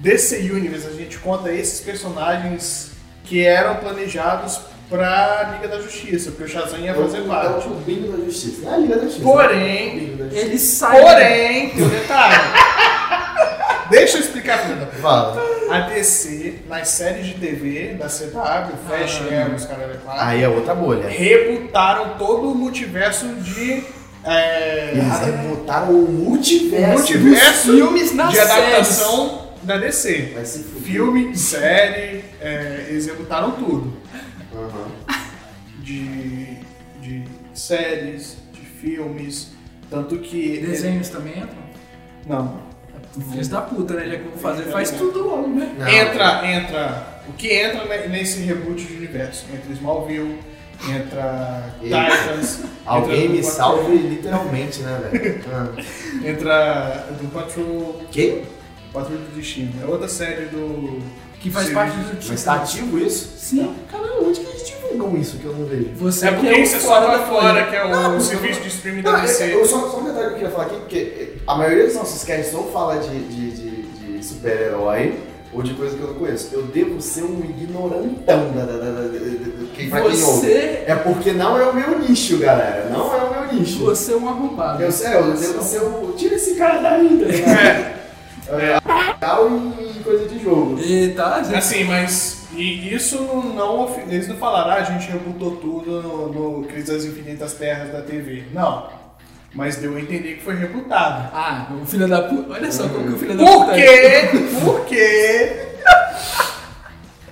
D: DC Universe, a gente conta esses personagens que eram planejados pra Liga da Justiça, porque o Shazam ia fazer
B: É o
D: parte.
B: tubinho da justiça. É a Liga da Justiça.
D: Porém,
B: Liga da Justiça.
C: Ele sai.
D: Porém, tem um detalhe. (laughs) Deixa eu explicar tudo.
B: Fala.
D: A DC, nas séries de TV da CW,
C: Ah.
D: Flash, Arrow, os caras lá,
B: Aí é outra bolha.
D: rebutaram todo o multiverso de. É,
B: Eles botaram o multiverso.
D: o multiverso
C: dos filmes nas
D: de adaptação da DC.
B: Vai se fuder.
D: Filme, série, é, executaram tudo.
B: Aham.
D: De, de séries, de filmes. Tanto que.
C: Desenhos também entram.
D: Não.
C: Filhos da puta, né? Já que eu vou fazer, faz tudo logo, né?
B: Não.
D: Entra, entra. O que entra ne- nesse reboot de universo? Entra Smallville, entra
B: E-
D: Titans.
B: Alguém
D: entra
B: me
D: Doom
B: salve literalmente, né,
D: (laughs)
B: velho? Ah.
D: Patrol, Entra do Patrol,
B: Quem?
D: Patrulha do Destino. É outra série do.
C: Que faz
D: Sim.
C: parte do
B: Mas
C: time.
B: tá ativo isso?
C: Sim.
B: Caralho, onde que a gente viu pegam isso que eu não vejo?
C: Você
G: É porque
C: que o
G: isso é só pra
C: da
G: fora, que é o
B: Não,
G: serviço de streaming da
D: é,
B: Não,
G: DC.
B: eu, eu só, só um detalhe que eu queria falar aqui, porque a maioria dos nossos casts ou fala de, de- de- de super-herói ou de coisa que eu não conheço. Eu devo ser um ignorantão da, da, da, da- da- da- que- pra quem ouve.
C: Você,
B: É porque não é o meu nicho, galera. Não é o meu nicho.
C: você é um arrombado.
B: Eu, é, eu devo ser o. Tira esse cara daí, tá ligado? É. Tal e coisa de jogo.
C: E tá, gente.
G: Assim, mas
D: E isso não. ofi- Eles não falaram, ah, a gente rebutou tudo no, no Crise das Infinitas Terras da TV. Não. Mas deu a entender que foi rebutado.
C: Ah, o filho da puta. Olha só como que o filho da puta. é.
D: Por quê? Por quê?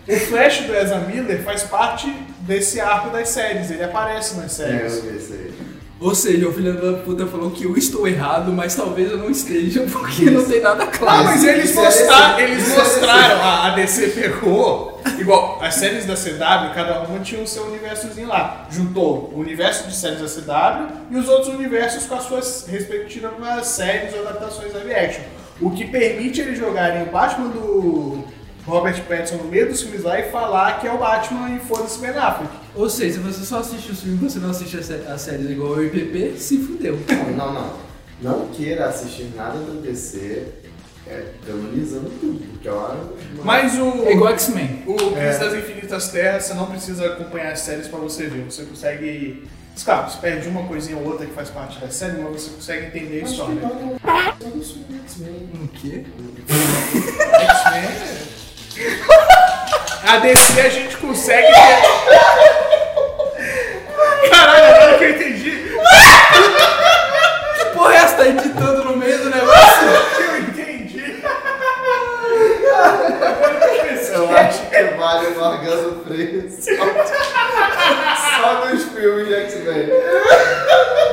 D: O Flash do Ezra Miller faz parte desse arco das séries, ele aparece nas
B: É,
D: séries.
B: eu vi isso aí.
C: Ou seja, o filho da puta falou que eu estou errado, mas talvez eu não esteja, porque não tem nada
B: Ah,
C: claro.
D: Mas
B: Isso-
D: eles,
B: isso é
D: mostra-
B: DC.
D: eles
B: Isso é
D: mostraram, a, a DC pegou, igual as séries da CW, cada uma tinha o seu universozinho lá. Juntou o universo de séries da CW e os outros universos com as suas respectivas séries ou adaptações live action. O que permite eles jogarem o Batman do Robert Pattinson no meio dos filmes lá e falar que é o Batman e foda-se Ben Affleck.
C: Ou seja, se você só assiste os filmes e você não assiste as sé- as séries igual o IPP, se fudeu.
B: Não, não. Não queira assistir nada do DC é, canonizando tudo, porque é uma.
D: Mas o...
C: É igual X-Men.
D: O Crise das Infinitas Terras, você não precisa acompanhar as séries pra você ver. Você consegue. Claro, você perde uma coisinha ou outra que faz parte da série, mas você consegue entender a
B: Acho
D: história.
B: que tá não, não. Não sou um X-Men.
C: O quê?
D: X-Men. A DC a gente consegue. ver- Caralho, agora que eu entendi.
C: Que porra é essa? Tá editando no meio do negócio?
D: Eu entendi.
B: Eu acho que vale o Morgano Freire só, só nos filmes de X-Men.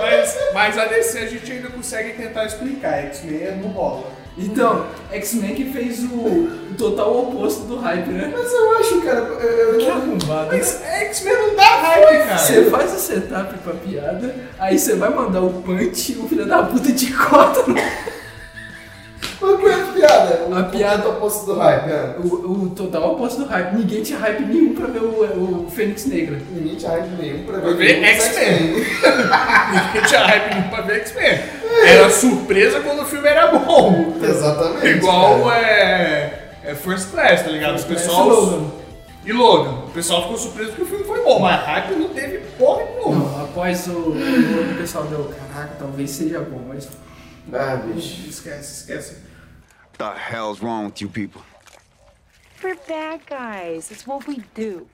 D: Mas, mas a DC a gente ainda consegue tentar explicar. X-Men é não rola.
C: Então, X-Men que fez o o total oposto do hype, né?
B: Mas eu acho, cara, eu,
C: Que
B: eu,
C: arrombado.
D: Mas X-Men não dá hype, cara.
C: Você faz o setup pra piada, aí você vai mandar o punch e o filho da puta te corta no
B: Mas qual é a piada? O
C: A piada-
B: oposto do hype, é.
C: O, o total oposto do hype. Ninguém tinha hype nenhum pra ver o, o Fênix Negra.
B: Ninguém tinha hype nenhum pra
G: Pra
B: ver
G: ver
B: nenhum dos
G: X-Men.
B: X-Men.
G: ninguém tinha hype nenhum pra ver X-Men. Era surpresa quando o filme era bom.
B: Exatamente.
G: Igual
B: cara.
G: é, é First Class, tá ligado? Os pessoal.
C: Esse slogan.
G: E Logan. O pessoal ficou surpreso porque o filme foi bom, mas hype não teve porra nenhuma.
C: Não, após o, o, o pessoal deu, caraca, talvez seja bom, mas.
B: Ah, bicho.
D: Esquece, esquece.
E: The hell's wrong with you people?
F: We're bad guys. It's what we do.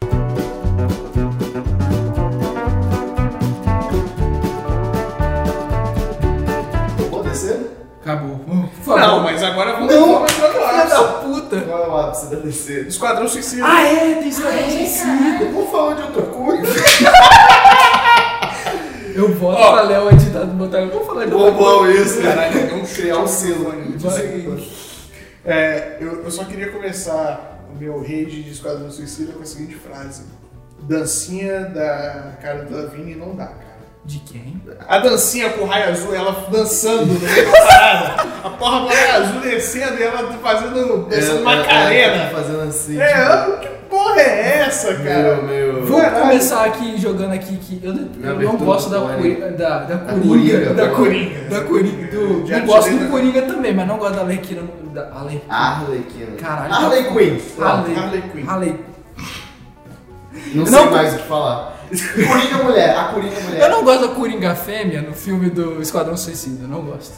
B: Eu vou descer?
C: Acabou. Por favor.
G: Não, mas agora vamos falar
B: Não.
G: sobre o
C: Filha
G: ápice.
C: da puta!
B: Qual é o ápice da DC?
G: Esquadrão Suicida.
C: Ah, é, tem Esquadrão Suicida.
B: Vamos falar de outra coisa?
C: Eu voto
G: Ó.
C: pra Léo editado botar. Eu vou falar de outra
B: Bom isso, cara.
G: Caralho, é não
B: Criar um selo.
G: né?
C: Vai.
D: É, eu, eu só queria começar o meu rage de Esquadrão Suicida com a seguinte frase. Dancinha da cara da Vini não dá, cara.
C: De quem?
D: A dancinha com o raio azul, ela dançando no
G: (laughs)
D: meio da parada. A porra do raio azul descendo e ela fazendo, dançando
G: É,
B: Ela tá
D: macarena.
B: fazendo assim. tipo,
D: É, eu- que porra é essa, cara?
B: Meu, meu.
C: Vamos
D: Caralho.
C: começar aqui jogando aqui que eu, eu não
B: abertura
C: gosto da,
B: do
C: cori-
B: Coringa.
C: da, da
B: Da
C: Coringa.
B: Coringa.
C: Da
D: Coringa.
C: Da Coringa. do-
D: Já
C: Não gosto
D: tirei
C: do
D: da-
C: Coringa também, mas não gosto da Arlequina. no- Da Arlequina.
B: Arlequina.
C: Caralho.
B: Harley Quinn.
C: Harley,
D: Harley Quinn.
C: Harley.
B: Não sei
C: Não.
B: mais o que falar. Coringa mulher. A Coringa mulher.
C: Eu não gosto da Coringa Fêmea no filme do Esquadrão Suicida, eu não gosto.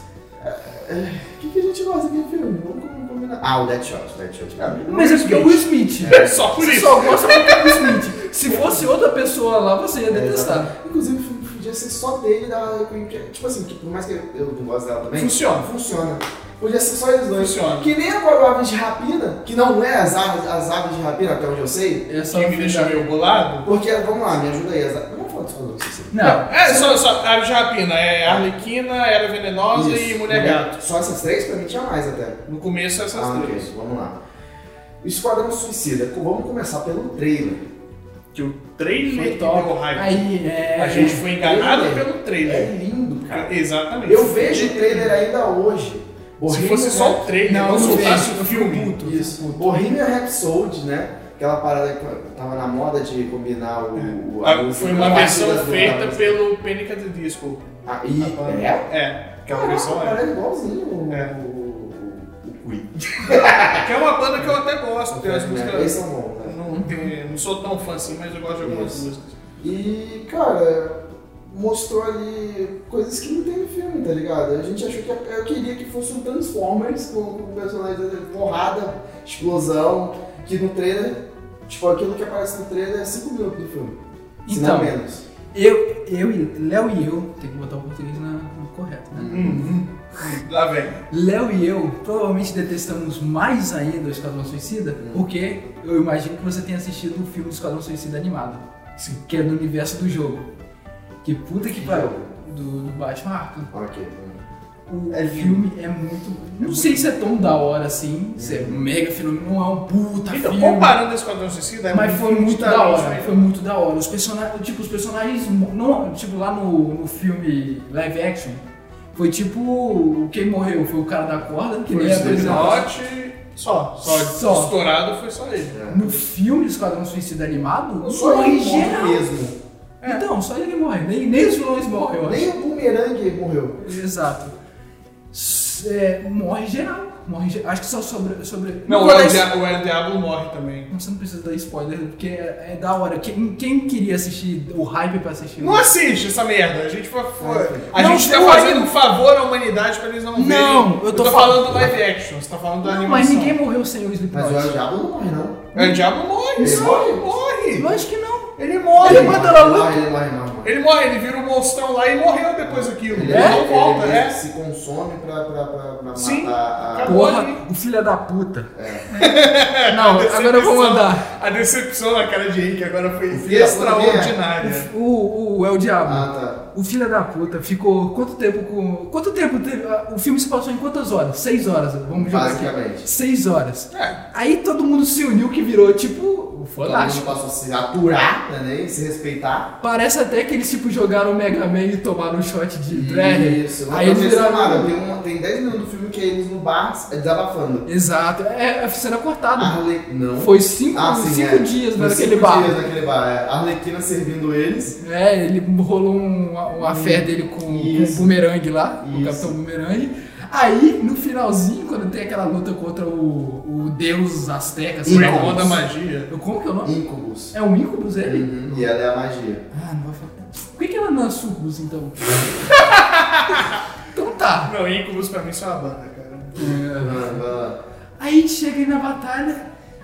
B: O que, que a gente gosta aqui, filme? Vamos combinar. Ah, o Deadshot. Deadshot. Ah,
C: Mas é porque é o Will Smith.
G: Só por
C: Você
G: isso.
C: só gosta porque é o Will Smith. Se fosse outra pessoa lá, você
B: É,
C: ia detestar.
B: Inclusive, o filme podia ser só dele da Harley Quinn, que é- Tipo assim, que por mais que eu não gosto dela também.
D: Funciona.
B: Funciona. Podia ser só eles dois.
D: Funciona.
B: Que nem a própria Aves de Rapina, que não é as aves, as aves de rapina, até onde eu sei.
C: É só
D: Quem me deixa meio bolado?
B: Porque, vamos lá, me ajuda aí. As... Vamos falar disso não sei.
C: Não.
G: É, só, só a Japina, é Arlequina, Era Venenosa e Mulher Gato.
B: Só essas três, pra mim, tinha mais até.
G: No começo essas
B: ah, ok,
G: três.
B: vamos lá. Esquadrão Suicida. Vamos começar pelo trailer.
G: Que o trailer
D: Foi
G: que
D: top.
G: deu hype.
C: Aí, é.
G: A gente foi enganado pelo
B: É
G: trailer.
B: lindo, cara.
G: Exatamente.
B: Eu vejo o trailer ainda hoje.
G: Se
B: Bohemian
G: fosse só o trailer,
C: Não,
G: não,
C: eu não
G: soltasse
C: vejo,
G: o
C: eu fico
G: filme.
C: puto.
B: Isso, Bohemian Rhapsody, né? aquela parada que tava na moda de combinar o. o-
D: Ah,
B: a música
D: Foi
B: com
D: uma
B: a
D: versão
B: batida do-
D: feita
B: da-
D: pelo Panic! at the Disco.
B: Ah, e, é?
D: É, aquela
B: Caraca,
D: versão
B: o
D: é.
B: cara é igualzinho o,
D: É.
B: o, o, o Queen.
D: Que é uma banda que eu até gosto, tem as
B: Né? Eles
D: músicas.
B: são bons, né?
D: Não, tem- não sou tão fã assim, mas eu gosto de algumas
B: Isso.
D: músicas.
B: E, cara, mostrou ali coisas que não tem no filme, tá ligado? A gente achou que. Eu queria que fosse um Transformers com, com personagens de porrada, explosão, que no trailer. Tipo, aquilo que aparece no trailer é 5 minutos do filme. Se não é
C: Então.
B: menos.
C: Eu, eu e Léo e eu, tem que botar o português na, na correta, né?
G: Hum.
D: Lá vem.
C: Léo e eu provavelmente detestamos mais ainda o Esquadrão Suicida,
G: Hum.
C: porque eu imagino que você tenha assistido o filme Esquadrão Suicida animado. Sim. Que é do universo do jogo. Que puta que pariu. Do, do Batman Arkham.
B: Ok.
C: O
H: É lindo.
C: filme é muito. Não sei se é tão da hora assim, se é mega fenômeno, não é um puta
D: Então,
C: filme.
D: comparando esse Esquadrão Suicida, é
C: Mas
D: um
C: foi muito
D: filme
C: da hora,
D: diferente.
C: foi muito da hora. Os personagens, tipo, os personagens, mo- não, tipo, lá no, no filme live action, foi tipo, quem morreu foi o cara da corda, que
D: Foi
C: nem é
D: o Slipknot,
C: apresentado.
D: só, É. só,
C: Só.
D: estourado foi só ele.
C: No filme Esquadrão Suicida Animado, morre
B: ele
C: geral.
B: morre mesmo.
C: Então, só ele morre, nem, nem os vilões morrem, eu acho.
B: Nem o Boomerang morreu.
C: Exato. S- é, morre geral, morre geral. Acho que só sobre... sobre...
D: Não, o
C: vou dar
D: El,
C: es-
D: Dia- o El Diablo morre também.
C: Você não precisa dar spoiler, porque é, é da hora. Quem, quem queria assistir o hype pra assistir?
D: Não assiste essa merda, a gente foi. foi- A
C: Não,
D: gente tá
C: não,
D: fazendo
C: eu-
D: um favor à humanidade pra eles não, verem.
C: Não, eu tô
D: falando
C: falando-
D: do live action, você tá falando da
C: Não,
D: animação.
C: mas ninguém morreu sem o Slipknot.
B: Mas o El Diablo não morre, não.
D: O El Diablo morre, ele morre, morre.
C: Lógico que não.
D: Ele
C: Ele
D: morre, ele
C: manda
D: morre,
C: lá
B: Ele
C: luta.
B: morre, ele morre, não. morre.
D: ele vira um monstrão lá e morreu depois
B: É?
D: daquilo. Ele não volta,
B: ele
D: né?
B: se consome pra, pra, pra, pra matar
D: Sim.
B: a.
D: Acabou.
C: Porra, o filho da puta.
B: É.
C: (laughs) Não, agora eu vou mandar.
D: A decepção na cara de Henrique agora
B: filho da
D: foi
B: puta quem é?
D: extraordinária.
C: O, é o El Diabo.
B: Ah, tá.
C: O filho da puta ficou quanto tempo com. Quanto tempo teve. ah, O filme se passou em quantas horas? Seis horas, vamos jogar aqui.
B: Basicamente.
C: Seis horas.
D: É.
C: Aí todo mundo se uniu que virou tipo. o
B: Todo mundo
C: Fodástico.
B: passou a se aturar, né? né, e Se respeitar.
C: Parece até que eles tipo jogaram o Mega Man e tomaram um shot de Dreher.
B: Isso.
C: É. Aí eles
B: nada. Tem,
C: viraram.
B: um, tem 10 minutos do filme que é eles no bar eh, desabafando.
C: Exato. É, é cena cortada.
B: Arle... Não.
C: Foi cinco,
B: Ah, sim,
C: cinco
B: é.
C: dias
B: Foi
C: naquele
B: cinco
C: bar.
B: dias naquele bar. é. Arlequina servindo eles.
C: É, ele rolou um, uma fé dele com, com o
B: Isso.
C: Boomerang lá, com o
B: Isso.
C: Capitão Boomerang. Aí, no finalzinho, quando tem aquela luta contra o, o deus azteca, assim,
D: O
B: Incubus.
D: irmão da magia.
C: como que é o nome?
B: Incubus.
C: É um incubus ele?
B: Uhum, E ela é a magia.
C: Ah, não vai falar. Por que, que ela não é
B: (laughs)
C: sucubus, então? então tá.
D: Não, Incubus pra mim só é uma banda, cara.
B: Vai lá.
C: Uhum. Aí chega aí na batalha,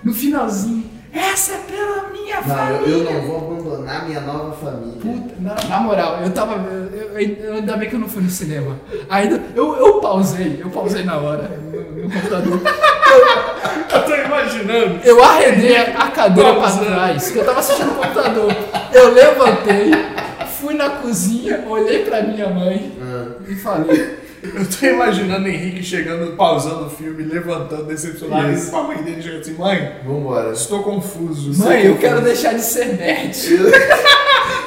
C: no finalzinho, essa é pela minha
B: Não,
C: família.
B: eu, eu não vou abandonar minha nova família.
C: Puta, na, na moral, eu tava. Eu, eu- eu- ainda bem que eu não fui no cinema. Ainda. Eu, eu pausei, eu pausei na hora no, no computador.
D: Eu tô imaginando.
C: Eu arredei a cadeira pra
D: Pausando.
C: trás, que eu tava assistindo no computador. Eu levantei, fui na cozinha, olhei pra minha mãe
B: Ah.
C: e falei.
D: Eu tô imaginando Henrique chegando, pausando o filme, levantando, decepcionado,
B: Isso.
D: e com a mãe dele chegando assim, mãe,
B: Vambora.
D: estou confuso.
C: Mãe, eu quero deixar de ser
B: (laughs)
C: nerd.
B: Me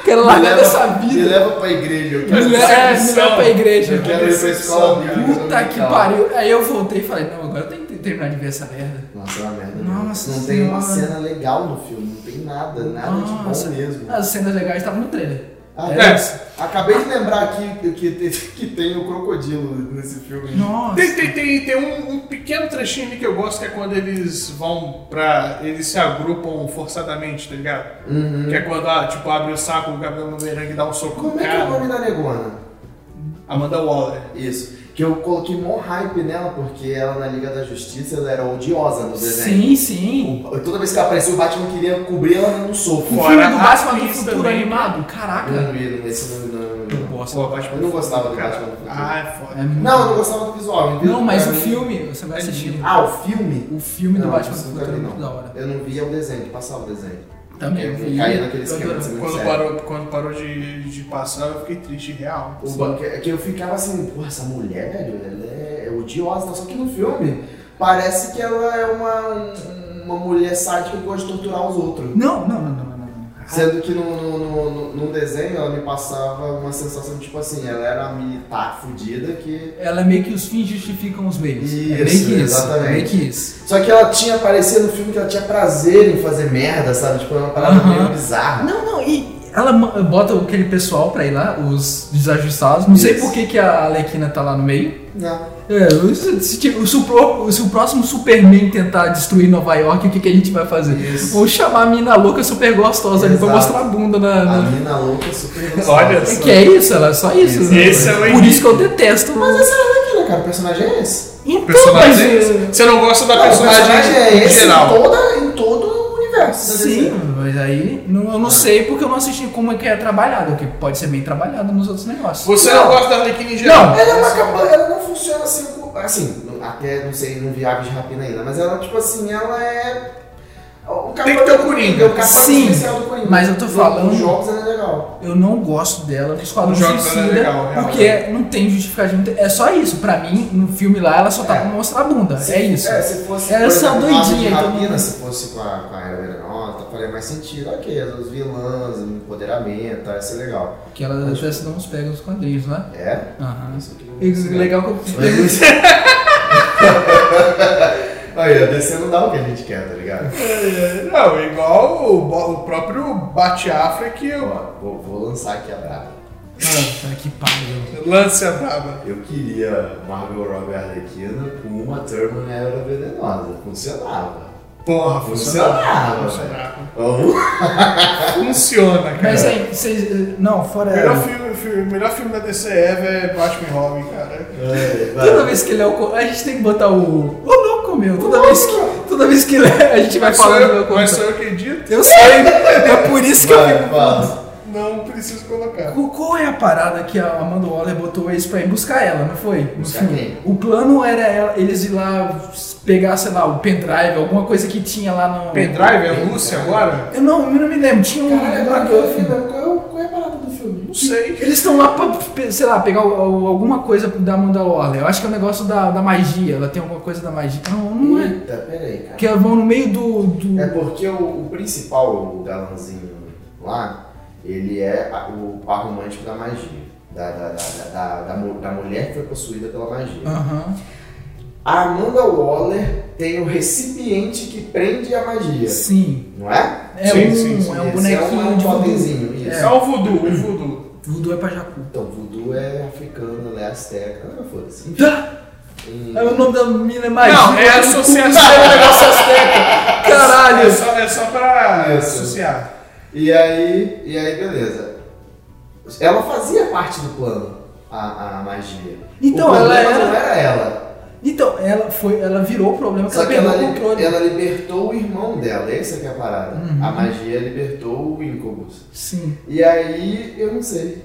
C: Quero largar
B: leva-
C: dessa
B: Me
C: vida.
B: leva pra igreja. Eu
C: Me
B: quero,
C: leva, é, me leva pra igreja.
B: eu quero ir pra escola bíblica.
C: Puta que
B: dominical.
C: pariu. Aí eu voltei e falei, não, agora eu tenho que terminar de ver essa merda.
B: Nossa, é uma merda.
C: Nossa
B: não tem uma
C: Senhora.
B: cena legal no filme, não tem nada, nada
C: Nossa. Ah,
B: de bom mesmo.
C: As cenas legais estavam no trailer.
B: Ah,
D: É.
B: é. Acabei de lembrar aqui que, que, tem- que tem o crocodilo nesse filme.
C: Nossa.
D: Tem, tem, tem, tem um, um pequeno trechinho ali que eu gosto, que é quando eles vão pra... Eles se agrupam forçadamente, tá ligado?
C: Uhum.
D: Que é quando, ah, tipo, abre o saco, o Gabriel Noverangue dá um soco
B: Como
D: no
B: é que é o
D: cara.
B: nome da negona?
D: Amanda Waller.
B: Isso. Que eu coloquei mó hype nela, porque ela na Liga da Justiça ela era odiosa no desenho.
C: Sim, sim.
B: O- Toda vez que ela aparecia, o Batman queria cobrir ela no soco.
C: O
D: Fora.
C: filme do
D: racista
C: Batman do futuro
D: também.
C: animado?
B: Eu não
C: Caraca.
B: vi, esse não- não- não-
C: Eu
B: não.
C: gosto.
D: Pô, Batman
B: Eu não gostava do
D: cara.
B: Batman no futuro.
D: Ah, é foda.
C: É muito-
B: Não, eu não gostava do visual. entendeu?
C: Não, mas
B: Pra
C: o
B: mim-
C: filme, você vai assistir.
B: Ah, o filme?
C: O filme do
B: Não,
C: Batman do
B: isso eu
C: futuro é
B: nunca vi,
C: muito da hora.
B: Eu não via o desenho, que passava o desenho.
C: Também.
B: Eu
C: eu
B: não
C: vi.
B: caí naquele
C: Eu
B: esquema
C: adoro.
B: de ser muito
D: Quando
B: sério.
D: parou, quando parou de, de passar, eu fiquei triste, real.
B: O banco, é que eu ficava assim, porra, essa mulher, velho, ela é odiosa, só que no filme parece que ela é uma, um- uma mulher sádica que gosta de torturar os outros.
C: Não, não, não, não, não, não.
B: Sendo que num, num, num, num desenho ela me passava uma sensação tipo assim, ela era a militar fudida que
C: Ela é meio que os fins justificam os meios. é meio que
B: Isso,
C: isso.
B: exatamente.
C: É meio que isso.
B: Só que ela tinha, parecia no filme que ela tinha prazer em fazer merda, sabe? Tipo, era uma parada
C: Aham.
B: meio bizarra.
C: Ah, Não, não, e ela ma- bota aquele pessoal pra ir lá, os desajustados. Não sei
B: Isso.
C: por que, que a Alequina tá lá no meio.
B: Não.
C: É, se, se ti- se o pro- se o próximo Superman tentar destruir Nova York, o que, que a gente vai fazer?
B: Isso.
C: Vou chamar a mina louca super gostosa ali pra
B: Exato.
C: mostrar a bunda na.
B: A
C: na...
B: mina louca super gostosa.
D: Olha
C: É
D: só.
C: que é isso, ela é só isso.
B: Esse-
C: né?
D: esse é o
C: Por
D: Henrique.
C: isso que eu detesto.
B: Mas
C: Mas
B: essa era daquilo, cara. O personagem é esse.
C: então, mas,
D: Personagem. é Você não gosta da
B: eh, Não, o
D: personagem,
B: personagem é esse
D: geral.
B: Em, toda, em todo o universo. tá da
C: Sim,
B: DC.
C: mas aí não- eu não sei porque eu não assisti como é que é trabalhado, o que pode ser bem trabalhado nos outros negócios.
D: Você não, gosta da Arlequina em geral.
C: Não,
B: Ela é uma capa- ela não funciona assim, com- assim, não- até não sei, não vi aves de rapina ainda, mas ela, tipo assim, ela é. O capanga
D: Tem que ter o
B: do
D: Coringa.
B: é o capanga
C: Sim,
B: especial do Coringa.
C: mas eu tô
B: Nos-
C: falando-
B: Nos jogos ela é legal.
C: Eu não gosto dela no Esquadrão
D: Os jogos
C: Suicida,
D: dela é legal, realmente.
C: porque não tem justificativa, não tem- é só isso. Pra mim, no filme lá, ela só tá
B: É.
C: pra mostrar a bunda, é isso.
B: É, se fosse.
C: Ela
B: por
C: é só
B: exemplo, Aves
C: doidinha,
B: de
C: então-
B: rapina, se fosse com a, com a Era Veronota, faria mais sentido. Ok, os vilãs, o empoderamento, tá, isso é legal.
C: Que ela até se dá uns pega nos quadrinhos, né?
B: É?
C: Aham.
B: Isso aqui.
C: E
D: é
C: Legal que eu
B: Mas- Aí, a DC não dá o que a gente quer, tá (laughs) ligado?
D: É, Não, igual o, bo- o próprio Bate-Afra que eu-
B: Ó, vou, vou lançar aqui a brava.
D: é
C: (laughs) Puta que pariu.
D: lance a braba.
B: Eu queria Marvel Robbie Arlequina com uma Thurman era venenosa. Funcionava.
D: Porra,
B: Funcionava,
D: Funcionava.
B: (laughs) Vamos?
D: Funciona, cara.
C: Mas aí, vocês. eh, Não, fora
D: O melhor
C: ela.
D: filme, filme- o melhor filme da DC Eva é Batman e Robin, cara.
B: É,
C: Toda
B: vai.
C: vez que ele é o. co- A gente tem que botar o. O louco, meu. Toda vez que, toda vez que ele é, a gente vai
D: Mas sou
C: falar do meu
D: eu, mas
C: contra.
D: sou eu que edito?
C: Eu sei, é por isso que eu
B: Vai,
C: fico.
B: fala.
D: Não preciso colocar.
C: Qu- Qual é a parada que a Amanda Waller botou eles pra ir buscar ela, não foi? No
B: Buscar
C: filme.
B: quem?
C: O plano era ela- eles ir lá pegar, sei lá, o pendrive, alguma coisa que tinha lá no.
D: Pendrive é Lúcia agora?
C: Eu não, eu não me lembro, tinha um.
B: Caralho,
C: uma-
B: agora que eu
D: né?
B: vi, mano, qual é o- qual é a parada do filme?
D: Não sei.
C: Eles estão lá pra, pe- sei lá, pegar o- o- alguma coisa da Amanda Waller. Eu acho que é o negócio da, da magia, ela tem alguma coisa da magia. Não, não é.
B: Eita, peraí, cara.
C: Que elas vão no meio do. do-
B: É porque o, o principal, o galãzinho lá, ele é a- o par romântico da magia. Da, da, da, da, da- da mu- da mulher que foi possuída pela magia.
C: Aham.
B: A Amanda Waller tem o recipiente que prende a magia,
C: Sim.
B: não é?
C: É
D: Sim,
C: um,
D: sim, sim.
C: é um
B: Esse é um-
C: bonequinho
B: é um
C: de voodoo.
B: jovenzinho, isso.
D: É o voodoo, o voodoo.
C: Voodoo é pra Jacu.
B: Então, voodú é africano, ela é asteca, ah, foda-se.
C: Tá!
B: Hum.
C: É o nome da mina é magia.
D: Não, é associação. É
C: (laughs) Caralho!
D: só, é só pra
B: Isso.
D: associar.
B: E aí, e aí, beleza. Ela fazia parte do plano, a, a magia.
C: Então,
B: o problema
C: ela era-
B: não era ela.
C: Então, ela foi. Ela virou o problema que
B: Só
C: ela
B: que ela,
C: perdeu o
B: li-
C: controle. Uhum.
B: ela libertou o irmão dela, essa que é a parada. A magia libertou o Incubus.
C: Sim.
B: E aí, eu não sei.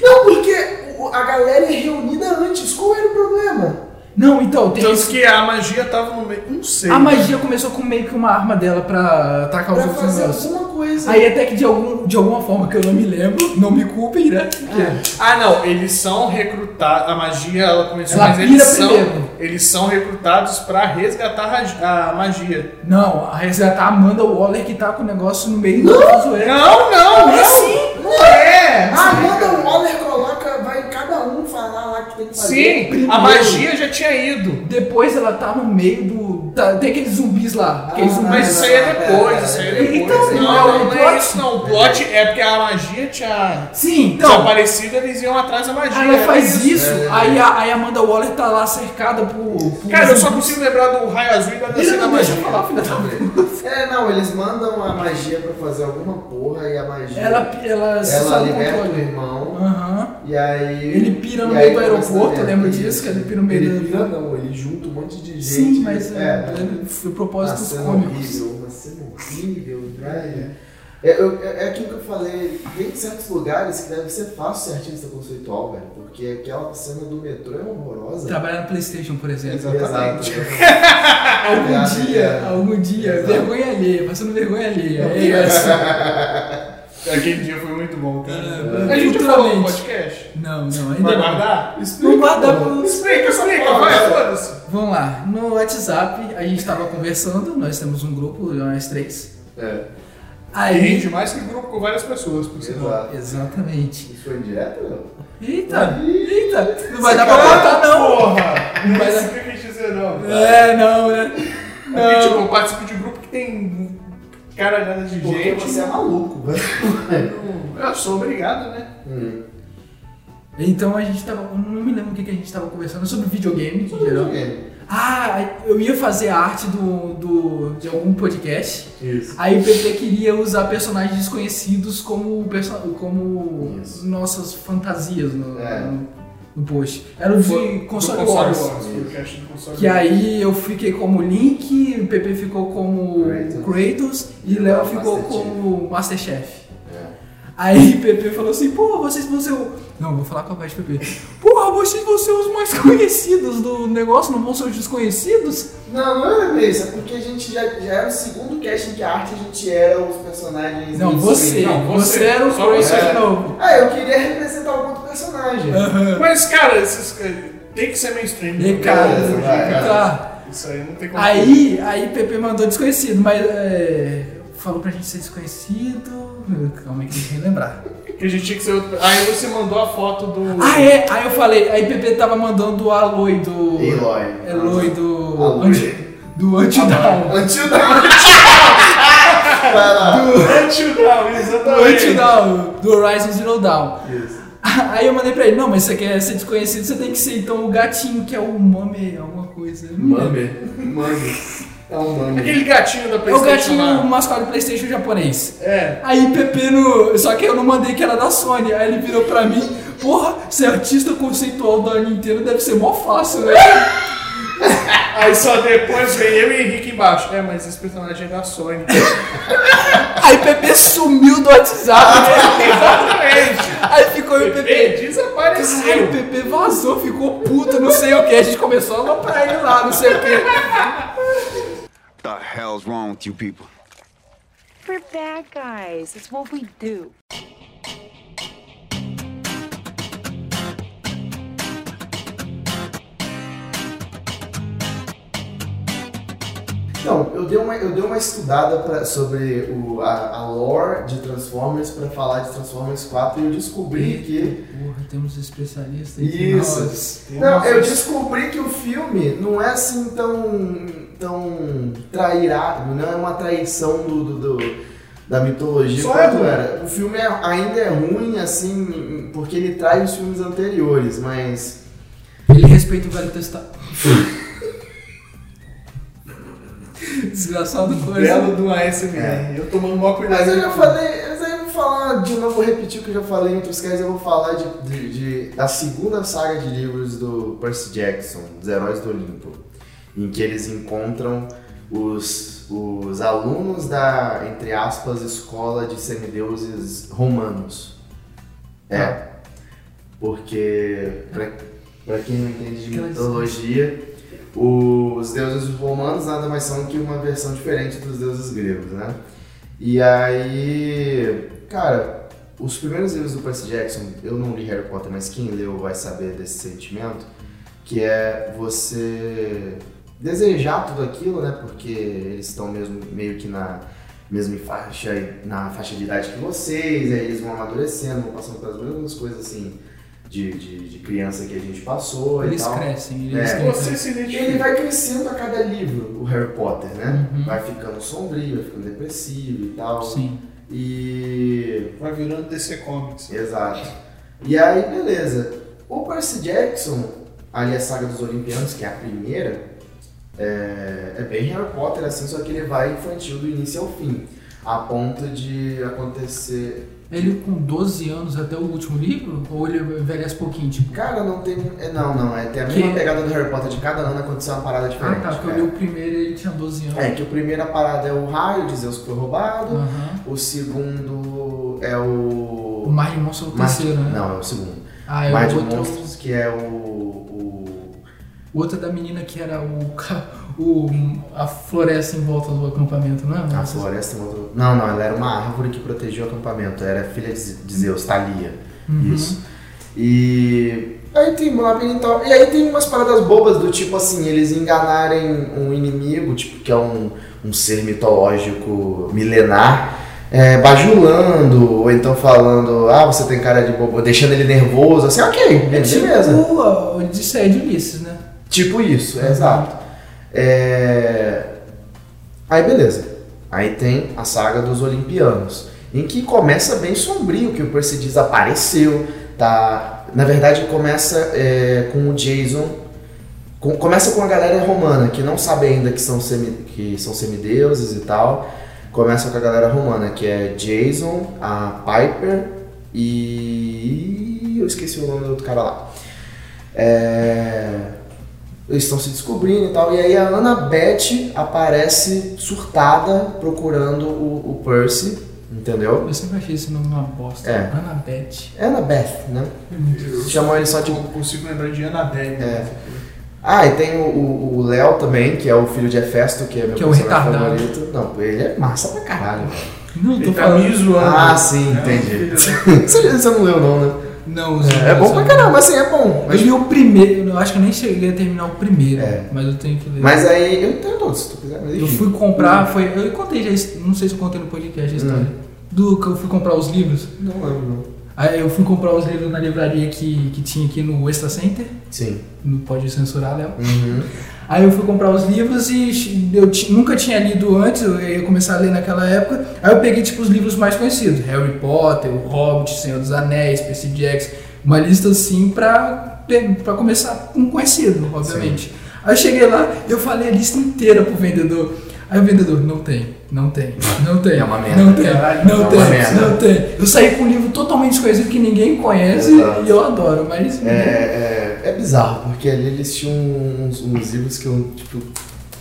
B: Não, porque o- a galera é reunida antes. Qual era o problema?
C: Não, então, tem.
D: Tanto que a magia tava no meio. Não sei.
C: A magia começou com meio que uma arma dela pra atacar os
B: Pra
C: outros
B: fazer
C: humanos.
B: alguma coisa.
C: Aí até que de, algum, de alguma forma que eu não me lembro, não me culpem, né?
B: É.
C: Porque-
D: Ah, não, eles são recrutados. A magia, ela começou,
C: Ela
D: mas
C: pira
D: eles são,
C: primeiro.
D: eles são recrutados pra resgatar a ragi- a magia.
C: Não, a resgatar a Amanda Waller que tá com o negócio no meio do zoeira.
D: Não, não, não!
B: assim.
D: É!
B: A
C: Ah,
B: Amanda Waller um coloca, vai cada um falar lá que tem que fazer.
D: Sim, a
C: Primeiro.
D: magia já tinha ido.
C: Depois ela tá no meio do. tá- tem aqueles zumbis lá. Aqueles
B: Ah,
C: zumbis.
D: Mas isso aí é depois, isso aí é depois.
C: Então,
D: não,
C: não é o
D: não, é
C: plot?
D: isso não. O plot é porque a magia tinha
C: Sim, então.
D: desaparecido, eles iam atrás da magia.
C: Aí Ah, ela
D: era
C: faz isso,
B: É.
C: aí a aí a Amanda Waller tá lá cercada por. por
D: Cara, eu só consigo lembrar do raio azul e da
C: Ele
D: dança da
C: não deixa
D: magia.
C: eu falar, filha da puta.
B: É, não, eles mandam a magia pra fazer alguma porra e a magia.
C: Ela, ela, se
B: ela
C: sai do
B: liberta o
C: controle.
B: irmão
C: Aham.
B: e aí.
C: Ele pira no
B: e
C: meio
B: aí
C: do
B: começa a
C: aeroporto,
B: merda,
C: lembra
B: isso.
C: disso? Que ele pira no meio
B: Ele
C: do-
B: pira não, ele junta um monte de gente.
C: Sim, mas é,
B: é
C: ele- foi assim.
B: uma
C: propósitos
B: cena
C: cômicos.
B: horrível, uma cena horrível, né? É, eu- é- é aquilo que eu falei, tem certos lugares que deve ser fácil ser artista conceitual, velho, porque aquela cena do metrô é horrorosa. né?
C: Trabalhar no Playstation, por exemplo. Ah,
B: Exatamente.
C: Algum dia,
B: Exato.
C: algum dia,
B: Exato.
C: vergonha alheia, passando vergonha alheia. É isso.
D: Aquele dia foi muito bom, cara.
C: É.
D: A gente já falou no
C: Futuramente.
D: podcast.
C: Não, não, ainda
D: Vai
C: não.
D: guardar?
C: Vamos guardar pro...
D: Explica, explica, vai, foda-se.
C: Vamos lá, no WhatsApp a gente tava conversando, nós temos um grupo, nós três.
B: É.
G: Aí.
C: Aí.
G: Rende mais que grupo com várias pessoas, por sinal.
B: Exato.
C: Exatamente.
B: Isso foi direto? não?
C: Eita, eita. Não vai dar pra cortar, não.
G: Porra! é
C: Não vai
G: Isso
C: dar.
G: que eu quis dizer, não.
C: É, não, né?
G: Porque,
C: Não.
G: tipo, eu participo de grupo que tem caralhada de
B: Porque
G: gente.
B: você é maluco, velho.
G: Eu sou obrigado, né?
B: Hum,
C: Então a gente tava. eu Não me lembro o que, que a gente tava conversando. Sobre videogame,
B: um
C: em geral.
B: videogame.
C: Ah, eu ia fazer a arte do, do, de algum podcast.
B: Isso.
C: Aí o PT queria usar personagens desconhecidos como, perso- como
B: Isso.
C: nossas fantasias no,
B: É.
C: no, no post. Era o de console
G: Do
C: wars.
G: Wars, podcast do console
C: Que
G: Wars.
C: aí eu fiquei como Link, o PP ficou como
B: Kratos.
C: Kratos, e
B: E
C: o Léo
B: Léo
C: ficou
B: Master
C: como Masterchef.
B: É.
C: Aí o PP falou assim, pô, vocês vão ser o... Não, vou falar com a voz do PP. Porra, vocês vão ser os mais (laughs) conhecidos do negócio, não vão ser os desconhecidos?
B: Não, não era mesmo, é porque a gente já, já era o segundo casting de arte, a gente era os personagens.
C: Não,
B: do
C: você.
B: filme.
G: Não, você.
C: você era o
G: Só
C: Kratos
G: você.
C: de novo.
B: Ah, eu queria representar algum outro personagem.
G: Mas, cara, esses, tem que ser mainstream.
C: E,
G: né?
C: cara,
G: Hoje em
B: vai,
G: dia,
C: tá.
G: Isso aí não tem como.
C: Aí, aí PP mandou desconhecido, mas é, falou pra gente ser desconhecido... Calma aí que eu tenho que lembrar.
G: Que a gente tinha que ser outro. Aí você mandou a foto do.
C: Ah, é! Aí eu falei, aí PP tava mandando o Aloy do.
B: Aloy.
C: Aloy do.
B: Aloy.
C: Anti, do Antidown.
B: Until Dawn. Vai lá.
G: Until Now,
C: Do
G: exatamente.
C: Antidown, do Horizon Zero Dawn.
B: Isso.
C: (laughs) Aí eu mandei pra ele, não, mas você quer ser desconhecido, você tem que ser então o gatinho, que é o Mame, alguma coisa. Eu não lembro.
B: Mami. É um mami.
G: Aquele gatinho da
C: É o
G: PlayStation.
C: gatinho
G: lá.
C: o mascote do Playstation japonês.
G: É.
C: Aí PP no. Só que eu não mandei que era da Sony. Aí ele virou pra mim, porra, ser artista conceitual da Nintendo deve ser mó fácil, né?
G: Aí só depois vem eu e o Henrique embaixo. É, mas esse personagem é da Sony.
C: (laughs)
G: (laughs)
C: Aí PP sumiu do WhatsApp. né?
G: Exatamente.
C: (laughs) Aí ficou eu e o
G: Ele
C: PP. Aí o
G: desapareceu.
C: PP vazou, ficou puto, não sei o que. A gente começou a aloprar ele lá, não sei o que.
E: The hell's wrong with you people?
F: We're bad guys. It's what we do.
B: Então, eu dei uma, eu dei uma estudada pra- sobre o, a, a lore de Transformers pra falar de Transformers 4 e eu descobri que.
C: Porra, temos especialistas
B: Isso. Não, eu descobri que o filme não é assim tão. tão trairado, não é uma traição do. do- do- da mitologia
G: Só é
B: quanto
G: ruim.
B: era. O filme é- ainda é ruim, assim, porque ele trai os filmes anteriores, mas.
C: Ele respeita o
B: (laughs)
C: velho testar. Desgraçado coisa.
G: Belo do ASMR. Eu tomando maior cuidado.
B: Mas É, eu já falei, mas aí eu vou falar de novo, vou repetir o que eu já falei em outros casos, eu vou falar de, de- de- da segunda saga de livros do Percy Jackson, dos Heróis do Olimpo, em que eles encontram os, os alunos da, entre aspas, escola de semideuses romanos. É. Porque, pra, pra quem não entende de
C: Aquelas-
B: mitologia, os deuses romanos nada mais são que uma versão diferente dos deuses gregos, né? E aí, cara, os primeiros livros do Percy Jackson, eu não li Harry Potter, mas quem leu vai saber desse sentimento, que é você desejar tudo aquilo, né? Porque eles estão mesmo meio que na mesma faixa, na faixa de idade que vocês, aí eles vão amadurecendo, vão passando pelas mesmas coisas assim de, de, de criança que a gente passou e
C: Eles
B: tal.
C: crescem, eles
B: É.
C: têm-
G: Você se
B: Ele
G: identifica.
B: vai crescendo a cada livro, o Harry Potter, né? Vai ficando sombrio, vai ficando depressivo e tal.
C: Uhum. Sim.
B: E.
G: Vai virando DC Comics.
B: Exato. E aí, beleza. O Percy Jackson, ali a saga dos Olimpianos, que é a primeira, é, é bem Harry Potter, assim, só que ele vai infantil do início ao fim. A ponto de acontecer.
C: Ele com 12 anos até o último livro? Ou ele envelhece pouquinho, tipo?
B: Cara, não tem. é, Não, não. É, tem a
C: Que-
B: mesma pegada do Harry Potter de cada ano aconteceu uma parada
C: Ah
B: diferente.
C: tá, porque eu
B: é.
C: li o primeiro e ele tinha 12 anos.
B: É, que a primeira parada é o raio de Zeus que foi roubado.
C: Aham.
B: O segundo é
C: Ah. O
B: o.
C: Mar de Monstro é o terceiro, né?
B: Não, é o segundo.
C: Ah, é
B: Mar de
C: o outro.
B: Monstros, que é o. o-
C: O outro é da menina que era o, ca- o a floresta em volta do acampamento, não é?
B: A
C: Nossa,
B: floresta motor- Não, não, ela era uma árvore que protegia o acampamento. Era filha de de Zeus, Thalia.
C: Uhum.
B: Isso. E. Aí tem um labirinto. E aí tem umas paradas bobas do tipo assim, eles enganarem um inimigo, tipo, que é um, um ser mitológico milenar. é, bajulando, ou então falando, ah, você tem cara de bobo, deixando ele nervoso, assim, ok,
C: É
B: beleza.
C: tipo a- o Odisseia de Ulisses, né?
B: Tipo isso, exato. É, Aí beleza. Aí tem a saga dos Olimpianos, em que começa bem sombrio, que o Percy desapareceu, tá? Na verdade começa é, com o Jason, com- começa com a galera romana, que não sabe ainda que são, semi, que são semideuses e tal. Começa com a galera romana, que é Jason, a Piper e... eu esqueci o nome do outro cara lá. É... Eles estão se descobrindo e tal. E aí a Ana Beth aparece surtada procurando o, o Percy, entendeu?
C: Eu sempre achei esse nome uma bosta.
B: É.
C: Anabete.
B: É Ana Beth, né? Chamam ele só de.
G: Não consigo lembrar de Anadel.
B: É. Ah, e tem o- o o Léo também, que é o filho de Hefesto, que é meu
C: Que é o
B: personagem
C: retardado.
B: favorito. Não, ele é massa pra caralho.
C: Não, eu tô
G: Ele tá me
C: falando.
G: zoando.
B: Ah, sim, entendi. (laughs) você, você não leu, não, né?
C: Não,
B: É, é bom pra caramba, assim, é bom.
C: Eu
B: Mas,
C: li o primeiro, eu acho que eu nem cheguei a terminar o primeiro,
B: É.
C: mas eu tenho que ler.
B: mas aí, eu tenho todos, se tu quiser. Mas,
C: Eu
B: enfim.
C: fui comprar, foi. Eu contei já, isso- não sei se eu contei no podcast a história.
B: Hum.
C: Do que eu fui comprar os livros.
B: Não lembro, não.
C: Aí eu fui comprar os livros na livraria que, que tinha aqui no Extra Center.
B: Sim.
C: Não pode censurar, Léo.
B: Uhum.
C: Aí eu fui comprar os livros e eu ti- nunca tinha lido antes, eu ia começar a ler naquela época. Aí eu peguei tipo os livros mais conhecidos: Harry Potter, O Hobbit, Senhor dos Anéis, Percy Jackson. Uma lista assim pra, pe- pra começar com um conhecido, obviamente. Aí eu cheguei lá e eu falei a lista inteira pro vendedor. Aí o vendedor, não tem, não tem, não tem.
B: É uma merda.
C: Não tem,
B: Caralho, é
C: não
B: uma
C: tem,
B: merda.
C: não tem. Eu saí com um livro totalmente desconhecido que ninguém conhece
B: Exato.
C: e eu adoro, mas.
B: É, é, é bizarro, porque ali eles tinham uns, uns livros que eu, tipo,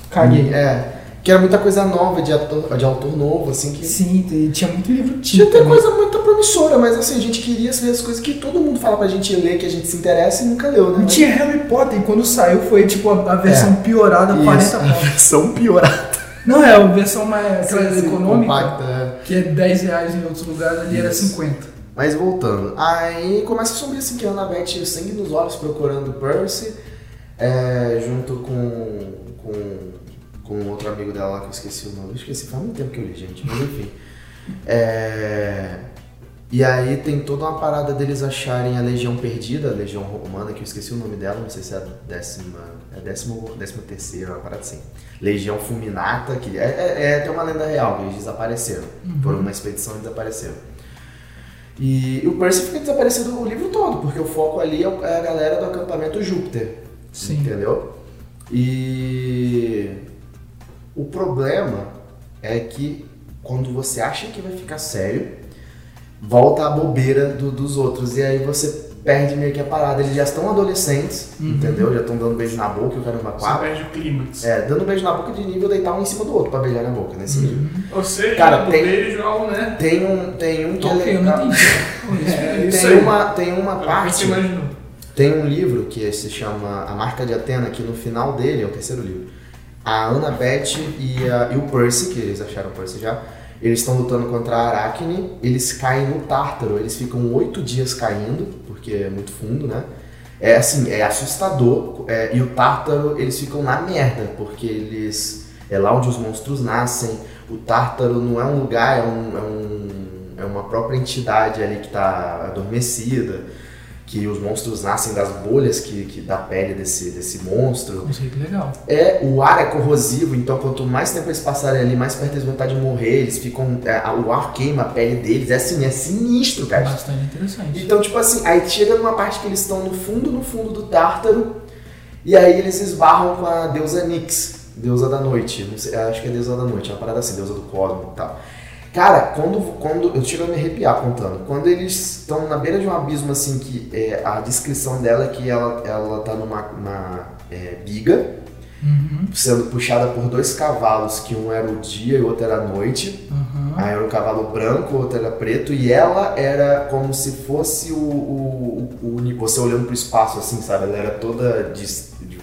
C: Caguei.
B: É. Que era muita coisa nova, de, ator, de autor novo, assim, que.
C: Sim, t- tinha muito livro né?
B: Tinha
C: título.
B: até coisa muito promissora, mas assim, a gente queria saber as coisas que todo mundo fala pra gente ler, que a gente se interessa e nunca leu, né?
C: Não tinha Harry Potter, e quando saiu foi tipo a, a versão piorada,
B: É. Isso. (laughs)
C: 40 pontos.
B: versão piorada.
C: Não, é a versão mais aquela econômica,
B: Compacta, é.
C: que é 10 reais em outros lugares, ali era 50.
B: Mas voltando, aí começa a subir assim que a Annabeth sangue nos olhos procurando o Percy, é, junto com, com, com um outro amigo dela lá que eu esqueci o nome, eu esqueci, faz muito tempo que eu li, gente, mas enfim. É, e aí tem toda uma parada deles acharem a Legião Perdida, a Legião Romana, que eu esqueci o nome dela, não sei se é a décima, é décimo, décima terceira, uma parada assim. Legião Fulminata, que é, é, é até uma lenda real, que eles desapareceram, foram numa expedição e desapareceram. E o Percy fica desaparecido o livro todo, porque o foco ali é o- é a galera do acampamento Júpiter.
C: Sim.
B: Entendeu? E o problema é que quando você acha que vai ficar sério, volta a bobeira do- dos outros. E aí você perde meio que a parada. Eles já estão adolescentes,
C: Uhum.
B: entendeu? Já estão dando beijo na boca, eu quero uma
G: Você
B: quatro.
G: perde o clímax.
B: É, dando beijo na boca de nível deitar um em cima do outro pra beijar na boca, nesse nível.
C: Uhum.
G: Ou seja,
B: Cara,
G: do
B: tem-
G: beijo ao, né?
B: Tem um, tem um que é
C: Ok, eu não
B: legal.
C: entendi. Pô, isso
G: É, isso
B: Tem
G: aí.
B: uma, tem uma parte.
G: Você imaginou.
B: Tem um livro que se chama A Marca de Atena, que no final dele, é o terceiro livro, a Ana Beth e, a- e o Percy, que eles acharam o Percy já, eles estão lutando contra a Aracne, eles caem no Tártaro, eles ficam oito dias caindo, porque é muito fundo, né? É assim, é assustador, é, e o Tártaro, eles ficam na merda, porque eles... É lá onde os monstros nascem, o Tártaro não é um lugar, é, um- é um- é uma própria entidade ali que está adormecida, que os monstros nascem das bolhas que, que da pele desse, desse
C: é um
B: monstro.
C: conceito legal.
B: É, o ar é corrosivo, então quanto mais tempo eles passarem ali, mais perto eles vão estar de morrer, eles ficam. é, a- o ar queima a pele deles, é assim, (laughs) é sinistro, cara.
C: Bastante interessante.
B: Então, tipo assim, aí chega numa parte que eles estão no fundo, no fundo do Tártaro, e aí eles esbarram com a deusa Nix, deusa da noite. Não sei, acho que é deusa da noite, é uma parada assim, deusa do cosmo e tal. Cara, quando, quando. Eu chego a me arrepiar contando. Quando eles estão na beira de um abismo, assim, que é, a descrição dela é que ela, ela tá numa uma, é, biga, sendo puxada por dois cavalos, que um era o dia e o outro era a noite.
C: Aham.
B: Aí era um cavalo branco, outro era preto, e ela era como se fosse o. o, o- o- você olhando pro espaço, assim, sabe? Ela era toda de, es- de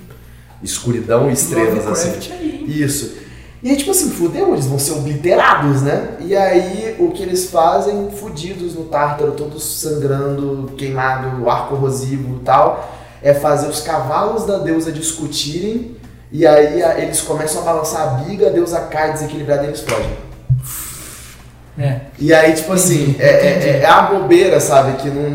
B: escuridão e estrelas, assim.
C: Lovecraft aí, hein?
B: Isso. E aí, tipo assim, fudeu, eles vão ser obliterados, né? E aí, o que eles fazem, fudidos no Tártaro, todos sangrando, queimado, o ar corrosivo e tal, é fazer os cavalos da deusa discutirem, e aí a- eles começam a balançar a biga, a deusa cai desequilibrada e eles fogem.
C: É.
B: E aí, tipo assim, é, é, é- é a bobeira, sabe? Que não,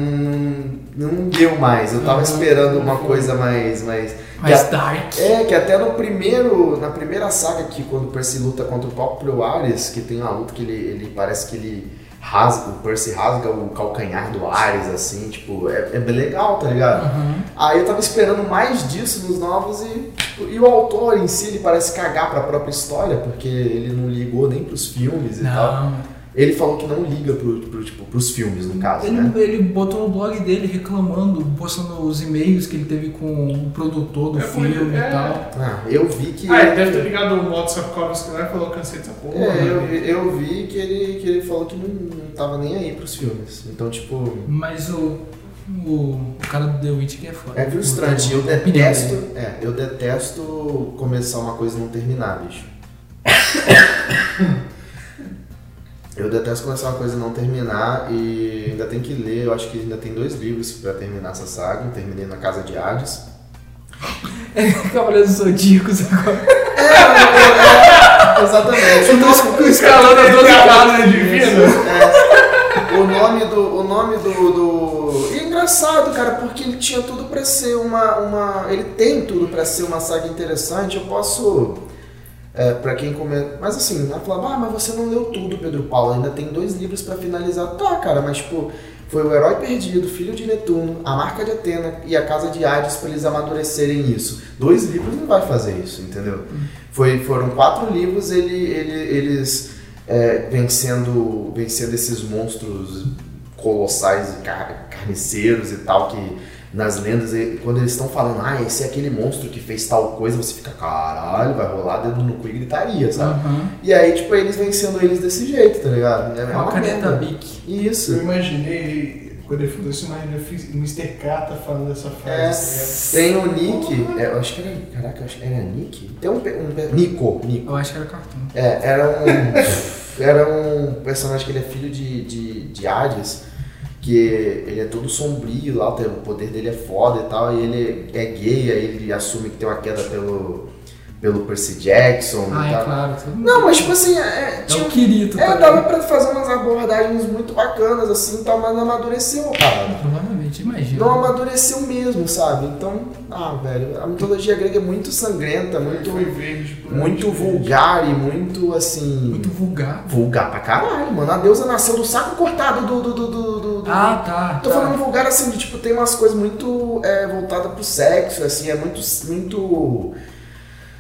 B: não deu mais. Eu tava esperando uma coisa mais. mais que
C: Mais
B: a-
C: dark.
B: é, que até no primeiro, na primeira saga aqui, quando o Percy luta contra o próprio Ares, que tem uma luta que ele, ele parece que ele rasga, o Percy rasga o calcanhar do Ares, assim, tipo, é, é bem legal, tá ligado?
C: Uhum.
B: Aí eu tava esperando mais disso nos novos e, e o autor em si, ele parece cagar pra própria história, porque ele não ligou nem pros filmes e tal.
C: Não.
B: Ele falou que não liga pro, pro, tipo, pros filmes, no caso,
C: Ele,
B: né?
C: ele botou no blog dele reclamando, postando os e-mails que ele teve com o produtor do
G: É, foi-
C: filme
G: é.
C: e tal.
B: Ah, eu vi que...
G: Ah, ele deve ter ligado o modo Sapkowski lá e falou, cansei dessa porra.
B: É, eu,
G: né?
B: eu vi que ele, que ele falou que não, não tava nem aí pros filmes. Então, tipo,
C: Mas o, o, o cara do The Witch que é foda.
B: é frustrante. Eu
C: O- a opinião
B: detesto.
C: (laughs) dele.
B: É, eu detesto começar uma coisa e não terminar, bicho. Eu detesto começar uma coisa e não terminar e ainda tem que ler, eu acho que ainda tem dois livros pra terminar essa saga, eu terminei na Casa de Hades.
C: É, Cavaleiros do Zodíacos
B: (laughs)
C: agora.
B: Exatamente. Então,
C: Tô escalando as 12
B: né,
C: casas de vida.
B: É. O nome do. O nome do. do... E é engraçado, cara, porque ele tinha tudo pra ser uma. uma... Ele tem tudo pra ser uma saga interessante. Eu posso. É, para quem comenta. Mas assim, ela falava, ah, mas você não leu tudo, Pedro Paulo, ainda tem dois livros pra finalizar. Tá, cara, mas tipo, foi o Herói Perdido, Filho de Netuno, A Marca de Atena e A Casa de Hades pra eles amadurecerem isso. Dois livros não vai fazer isso, entendeu? Foi, foram quatro livros, ele, ele- eles é, vencendo, vencendo esses monstros colossais e car- carniceiros e tal que. Nas lendas, e- quando eles estão falando, ah, esse é aquele monstro que fez tal coisa, você fica, caralho, vai rolar dedo no cu e gritaria, sabe?
C: Aham.
B: E aí, tipo, eles vencendo eles desse jeito, tá ligado? É
C: Uma caneta
B: merda.
C: bic.
B: Isso.
G: Eu imaginei, quando ele falou isso, eu imaginei eu fiz Mr. Kata falando essa
B: É,
G: frase. né?
B: tem o Nick, é, eu acho que era, caraca, eu acho que era Nick? Tem um, pe- um pe- Nico, Nico.
C: Eu acho que era cartoon.
B: É, era um, (laughs) era um personagem que ele é filho de, de, de Hades, que ele é todo sombrio lá, tem- o poder dele é foda e tal, e ele é gay, aí ele assume que tem uma queda pelo, pelo Percy Jackson
C: Ah,
B: e
C: é
B: tal.
C: claro. todo mundo-
B: Não, mas tipo assim, é,
C: É
B: tinha
C: o Kirito.
B: É,
C: tá
B: dava
C: ligado?
B: pra fazer umas abordagens muito bacanas, assim, tal, mas não amadureceu, cara.
C: Provavelmente, imagina.
B: Não amadureceu mesmo, sabe? Então, ah, velho, a mitologia grega é muito sangrenta, muito,
G: É, Foi verde. por
B: muito
G: onde veio.
B: vulgar e muito, assim...
C: Muito vulgar.
B: vulgar pra caralho, mano. A deusa nasceu do saco cortado do... do, do, do, do- do-
C: Ah, tá.
B: Tô
C: tá.
B: falando vulgar, assim, de, tipo, tem umas coisas muito é, voltadas pro sexo, assim, é muito, muito...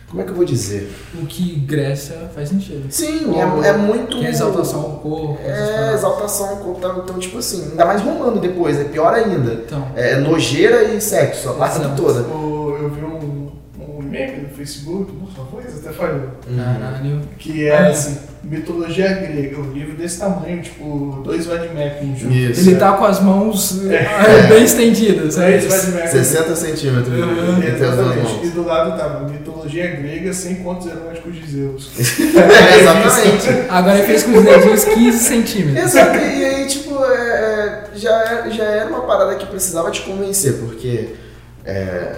B: Como é que eu vou dizer?
C: O que Grécia faz sentido.
B: Sim, é, é muito...
C: Que é exaltação ao corpo. essas
B: É,
C: paradas.
B: exaltação, contar- então, tipo assim, ainda mais romano depois, é pior ainda.
C: Então,
B: É nojeira e sexo, a parada
C: Exato.
B: toda.
G: tipo, Eu, eu vi um, um meme no Facebook, por favor, isso até falhou.
B: Hum.
C: caralho.
G: Que
B: É,
G: era assim, mitologia grega, um livro desse tamanho, tipo, dois Vadimekins juntos.
B: Isso. é.
C: Ele tá com as mãos eh, (laughs) bem estendidas. É
G: Dois
C: isso.
G: Vadimekins.
B: 60 centímetros. né? Entre as duas
G: Exatamente.
B: mãos.
G: E do lado tava mitologia grega sem contos eróticos de Zeus.
B: É, exatamente.
C: Agora ele fez com os dedinhos 15 centímetros.
B: Exato. E aí, tipo, é, é, já, é- já era uma parada que precisava te convencer, porque é,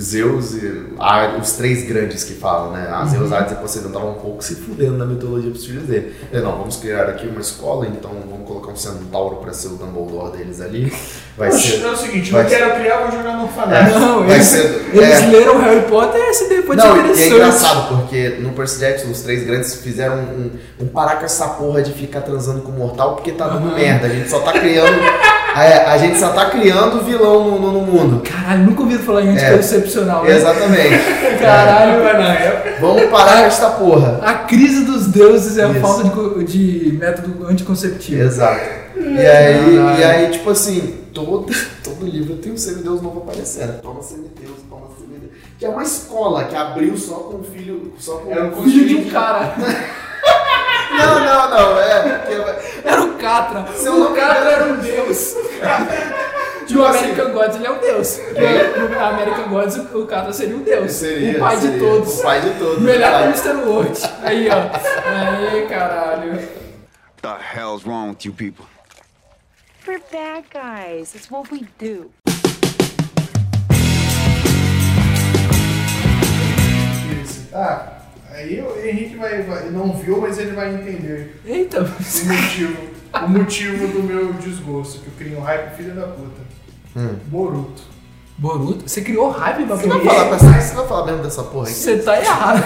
B: Zeus e Ar- os três grandes que falam, né? A Zeus, Hades e Poseidon estavam um pouco se fudendo na mitologia dos filhos dele. Ele, É, não, vamos criar aqui uma escola, então vamos colocar um centauro pra ser o Dumbledore deles ali. Vai ser.
G: Não, é o seguinte,
B: vai
G: eu
B: ser- É.
G: quero criar, vou jogar no orfanato.
C: Não,
B: Vai
C: eles,
B: ser-
C: eles
B: é.
C: leram Harry Potter e se depois
B: Não, e é
C: interessante.
B: engraçado, porque no Percy Jackson os três grandes fizeram um, um parar com essa porra de ficar transando com o mortal porque tá dando merda. A gente só tá criando. (laughs) é, a gente só tá criando vilão no, no- no mundo.
C: Caralho, nunca ouvi
B: É.
C: falar em anticoncepcional. né? (laughs)
B: Exatamente. É,
C: Caralho,
G: Vai na época.
B: Vamos parar com essa porra.
C: a crise dos deuses é a
B: Isso.
C: falta de, co- de método anticonceptivo.
B: Exato. E aí, e aí tipo assim, todo, todo livro tem um semideus novo aparecendo. Toma semideus, toma semideus. Que é uma escola que abriu só com o filho. Só com
G: Era um
C: Filho de um cara.
B: Não, não, não. É. porque-
C: Era o Catra.
B: Se eu
C: (laughs) o
B: não me
C: Catra era um deus. De o
B: assim.
C: American Gods, ele é um deus. No no American Gods, o o Catra seria um deus.
B: Seria,
C: o pai
B: seria.
C: de todos.
B: O pai de todos.
C: Melhor que o
B: cara.
C: Mr. World. Aí, ó. Aí, caralho.
E: The hell's wrong with you people?
F: We're bad guys. It's what we do.
G: Isso. Ah,
D: Aí o Henrique vai, vai- não viu, mas ele vai entender
C: Eita,
D: o motivo, o motivo do meu desgosto, que eu criei um hype filho da puta. Boruto.
C: Boruto, você criou hype pra
B: Você vai
C: Boruto?
B: falar pra você, você vai falar mesmo dessa porra aqui?
C: Você tá errado.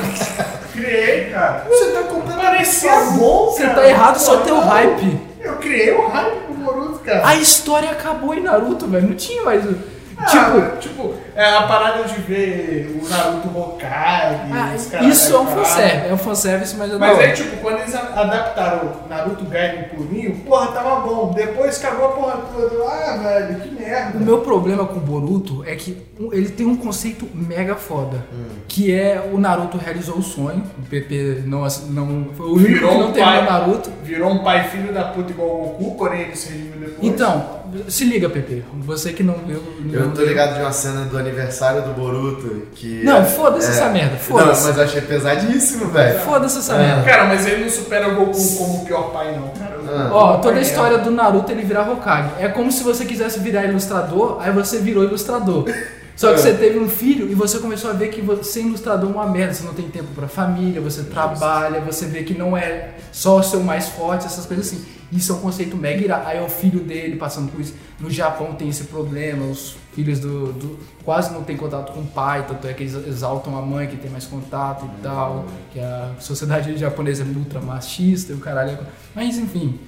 D: Criei, cara.
B: Você tá comprando.
D: Parecia bom,
C: Você
D: cara.
C: tá errado, só
D: Não,
C: tem o hype.
D: Eu criei o hype pro Boruto, cara.
C: A história acabou em Naruto, velho. Não tinha mais. o-
D: Ah,
C: Tipo,
D: tipo, é a parada de ver o Naruto Hokage,
C: ah,
D: os caras
C: isso é um
D: separados.
C: fanservice. É um fanservice, mas eu não.
D: Mas aí, tipo, quando eles a- adaptaram o Naruto Gaiden purinho, porra, tava bom. Depois cagou a porra toda. Ah, velho, que merda.
C: O meu problema com o Boruto é que um- ele tem um conceito mega foda.
B: Hum.
C: Que é o Naruto realizou o sonho. O PP não, ass- não foi o único
D: Virou
C: que não
D: um
C: terminou
D: pai.
C: o Naruto.
D: Virou um pai filho da puta igual o Goku, porém ele se redimiu depois.
C: Então, se liga, PP. Você que é não leu.
B: Eu
C: não
B: tô
C: leu.
B: ligado de uma cena do aniversário do Boruto que. é-
C: Não, foda-se essa merda, foda-se.
B: Não, mas eu achei pesadíssimo, velho.
C: Foda-se essa merda.
D: Cara, mas ele não supera o Goku como o pior pai, não, cara.
B: Ah.
C: Ó, toda a história do Naruto ele virar Hokage. É como se você quisesse virar ilustrador, aí você virou ilustrador. Só que você teve um filho e você começou a ver que você ilustrador é uma merda, você não tem tempo pra família, você trabalha, você vê que não é só o seu mais forte, essas coisas assim. Isso é um conceito mega irado. Aí é o filho dele passando por isso. No Japão tem esse problema, os filhos do, do- quase não tem contato com o pai, tanto é que eles exaltam a mãe que tem mais contato e tal, que a sociedade japonesa é ultra machista e o caralho. é- Mas enfim.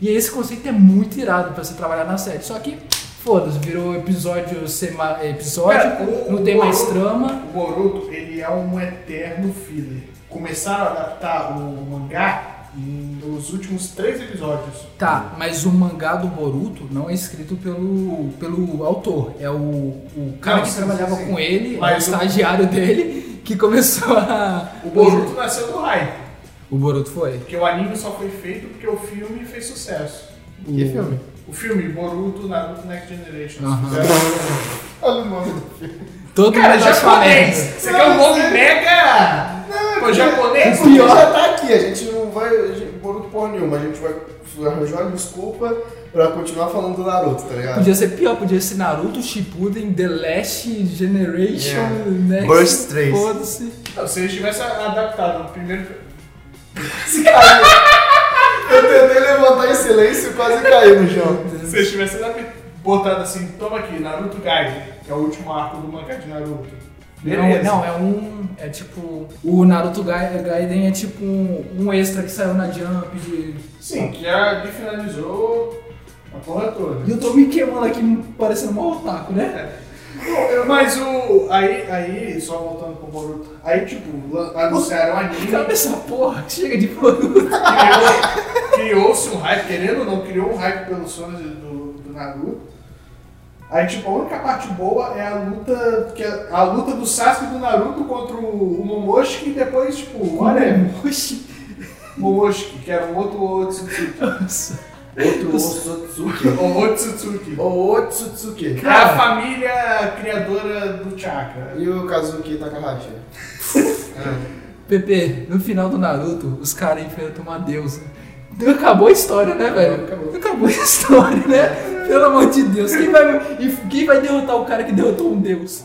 C: E esse conceito é muito irado pra você trabalhar na série. Só que, foda-se, virou episódio sema episódio,
D: Cara, É, o-
C: não
D: o
C: tem mais
D: Boruto-
C: trama.
D: O Boruto, ele é um eterno filler. Começaram a adaptar o mangá nos últimos três episódios.
C: Tá, mas o mangá do Boruto não é escrito pelo, pelo autor. É o, o cara
D: Não,
C: que
D: sim,
C: trabalhava
D: sim, sim.
C: com ele, é o
D: Mas o-
C: estagiário dele, que começou a.
D: O Boruto nasceu do hype,
C: O Boruto foi.
D: porque o anime só foi feito porque o filme fez sucesso.
B: Que filme?
D: O filme Boruto Naruto Next Generation.
C: Aham.
B: Olha o nome do filme.
C: Todo
D: Cara,
C: mundo achou a
D: japonês!
C: merda.
D: Você quer um nome mega? Não, Pô, japonês?
B: O pior já tá aqui, a gente não vai. a gente- Boruto porra nenhuma, a gente vai arranjar uma desculpa pra continuar falando do Naruto, tá ligado?
C: Podia ser pior, podia ser Naruto Shippuden The Last Generation
B: Yeah.
C: Next.
B: Verse 3.
C: Foda-se.
D: Não, Se eles tivessem adaptado o primeiro.
B: Eu tentei levantar em silêncio e quase caí no chão.
D: Se eles tivessem adap- botado assim, toma aqui, Naruto Gaiden, que é o último arco do mangá de Naruto.
C: Não, não, é um. É tipo. O Naruto Ga- Gaiden é tipo um, um extra que saiu na Jump. de-
D: Sim, que já que finalizou a porra toda.
C: E eu tô me queimando aqui parecendo um otaku, né?
D: Mas o. Aí, aí, só voltando pro Boruto. Aí, tipo, lan- anunciaram o anime.
C: Cabe essa porra, chega de Boruto.
D: criou- Criou-se um hype, querendo ou não, criou um hype pelos fãs do, do Naruto. Aí, tipo, a única parte boa é a luta. Que é a luta do Sasuke e do Naruto contra o, o Momoshiki e depois, tipo, olha,
C: Oxi.
D: Momoshiki, que era um outro Otsutsuki.
B: Outro Otsutsuki.
D: O Otsutsuki.
B: O Otsutsuki.
D: É a família criadora do Chakra.
B: E o Kazuki Takahashi.
C: Pepe, no final do Naruto, os caras enfrentam uma deusa. Então Acabou a história, né, velho?
B: Acabou.
C: Acabou É. a história, né? Pelo amor de Deus. Quem vai, e quem vai derrotar o cara que derrotou um deus?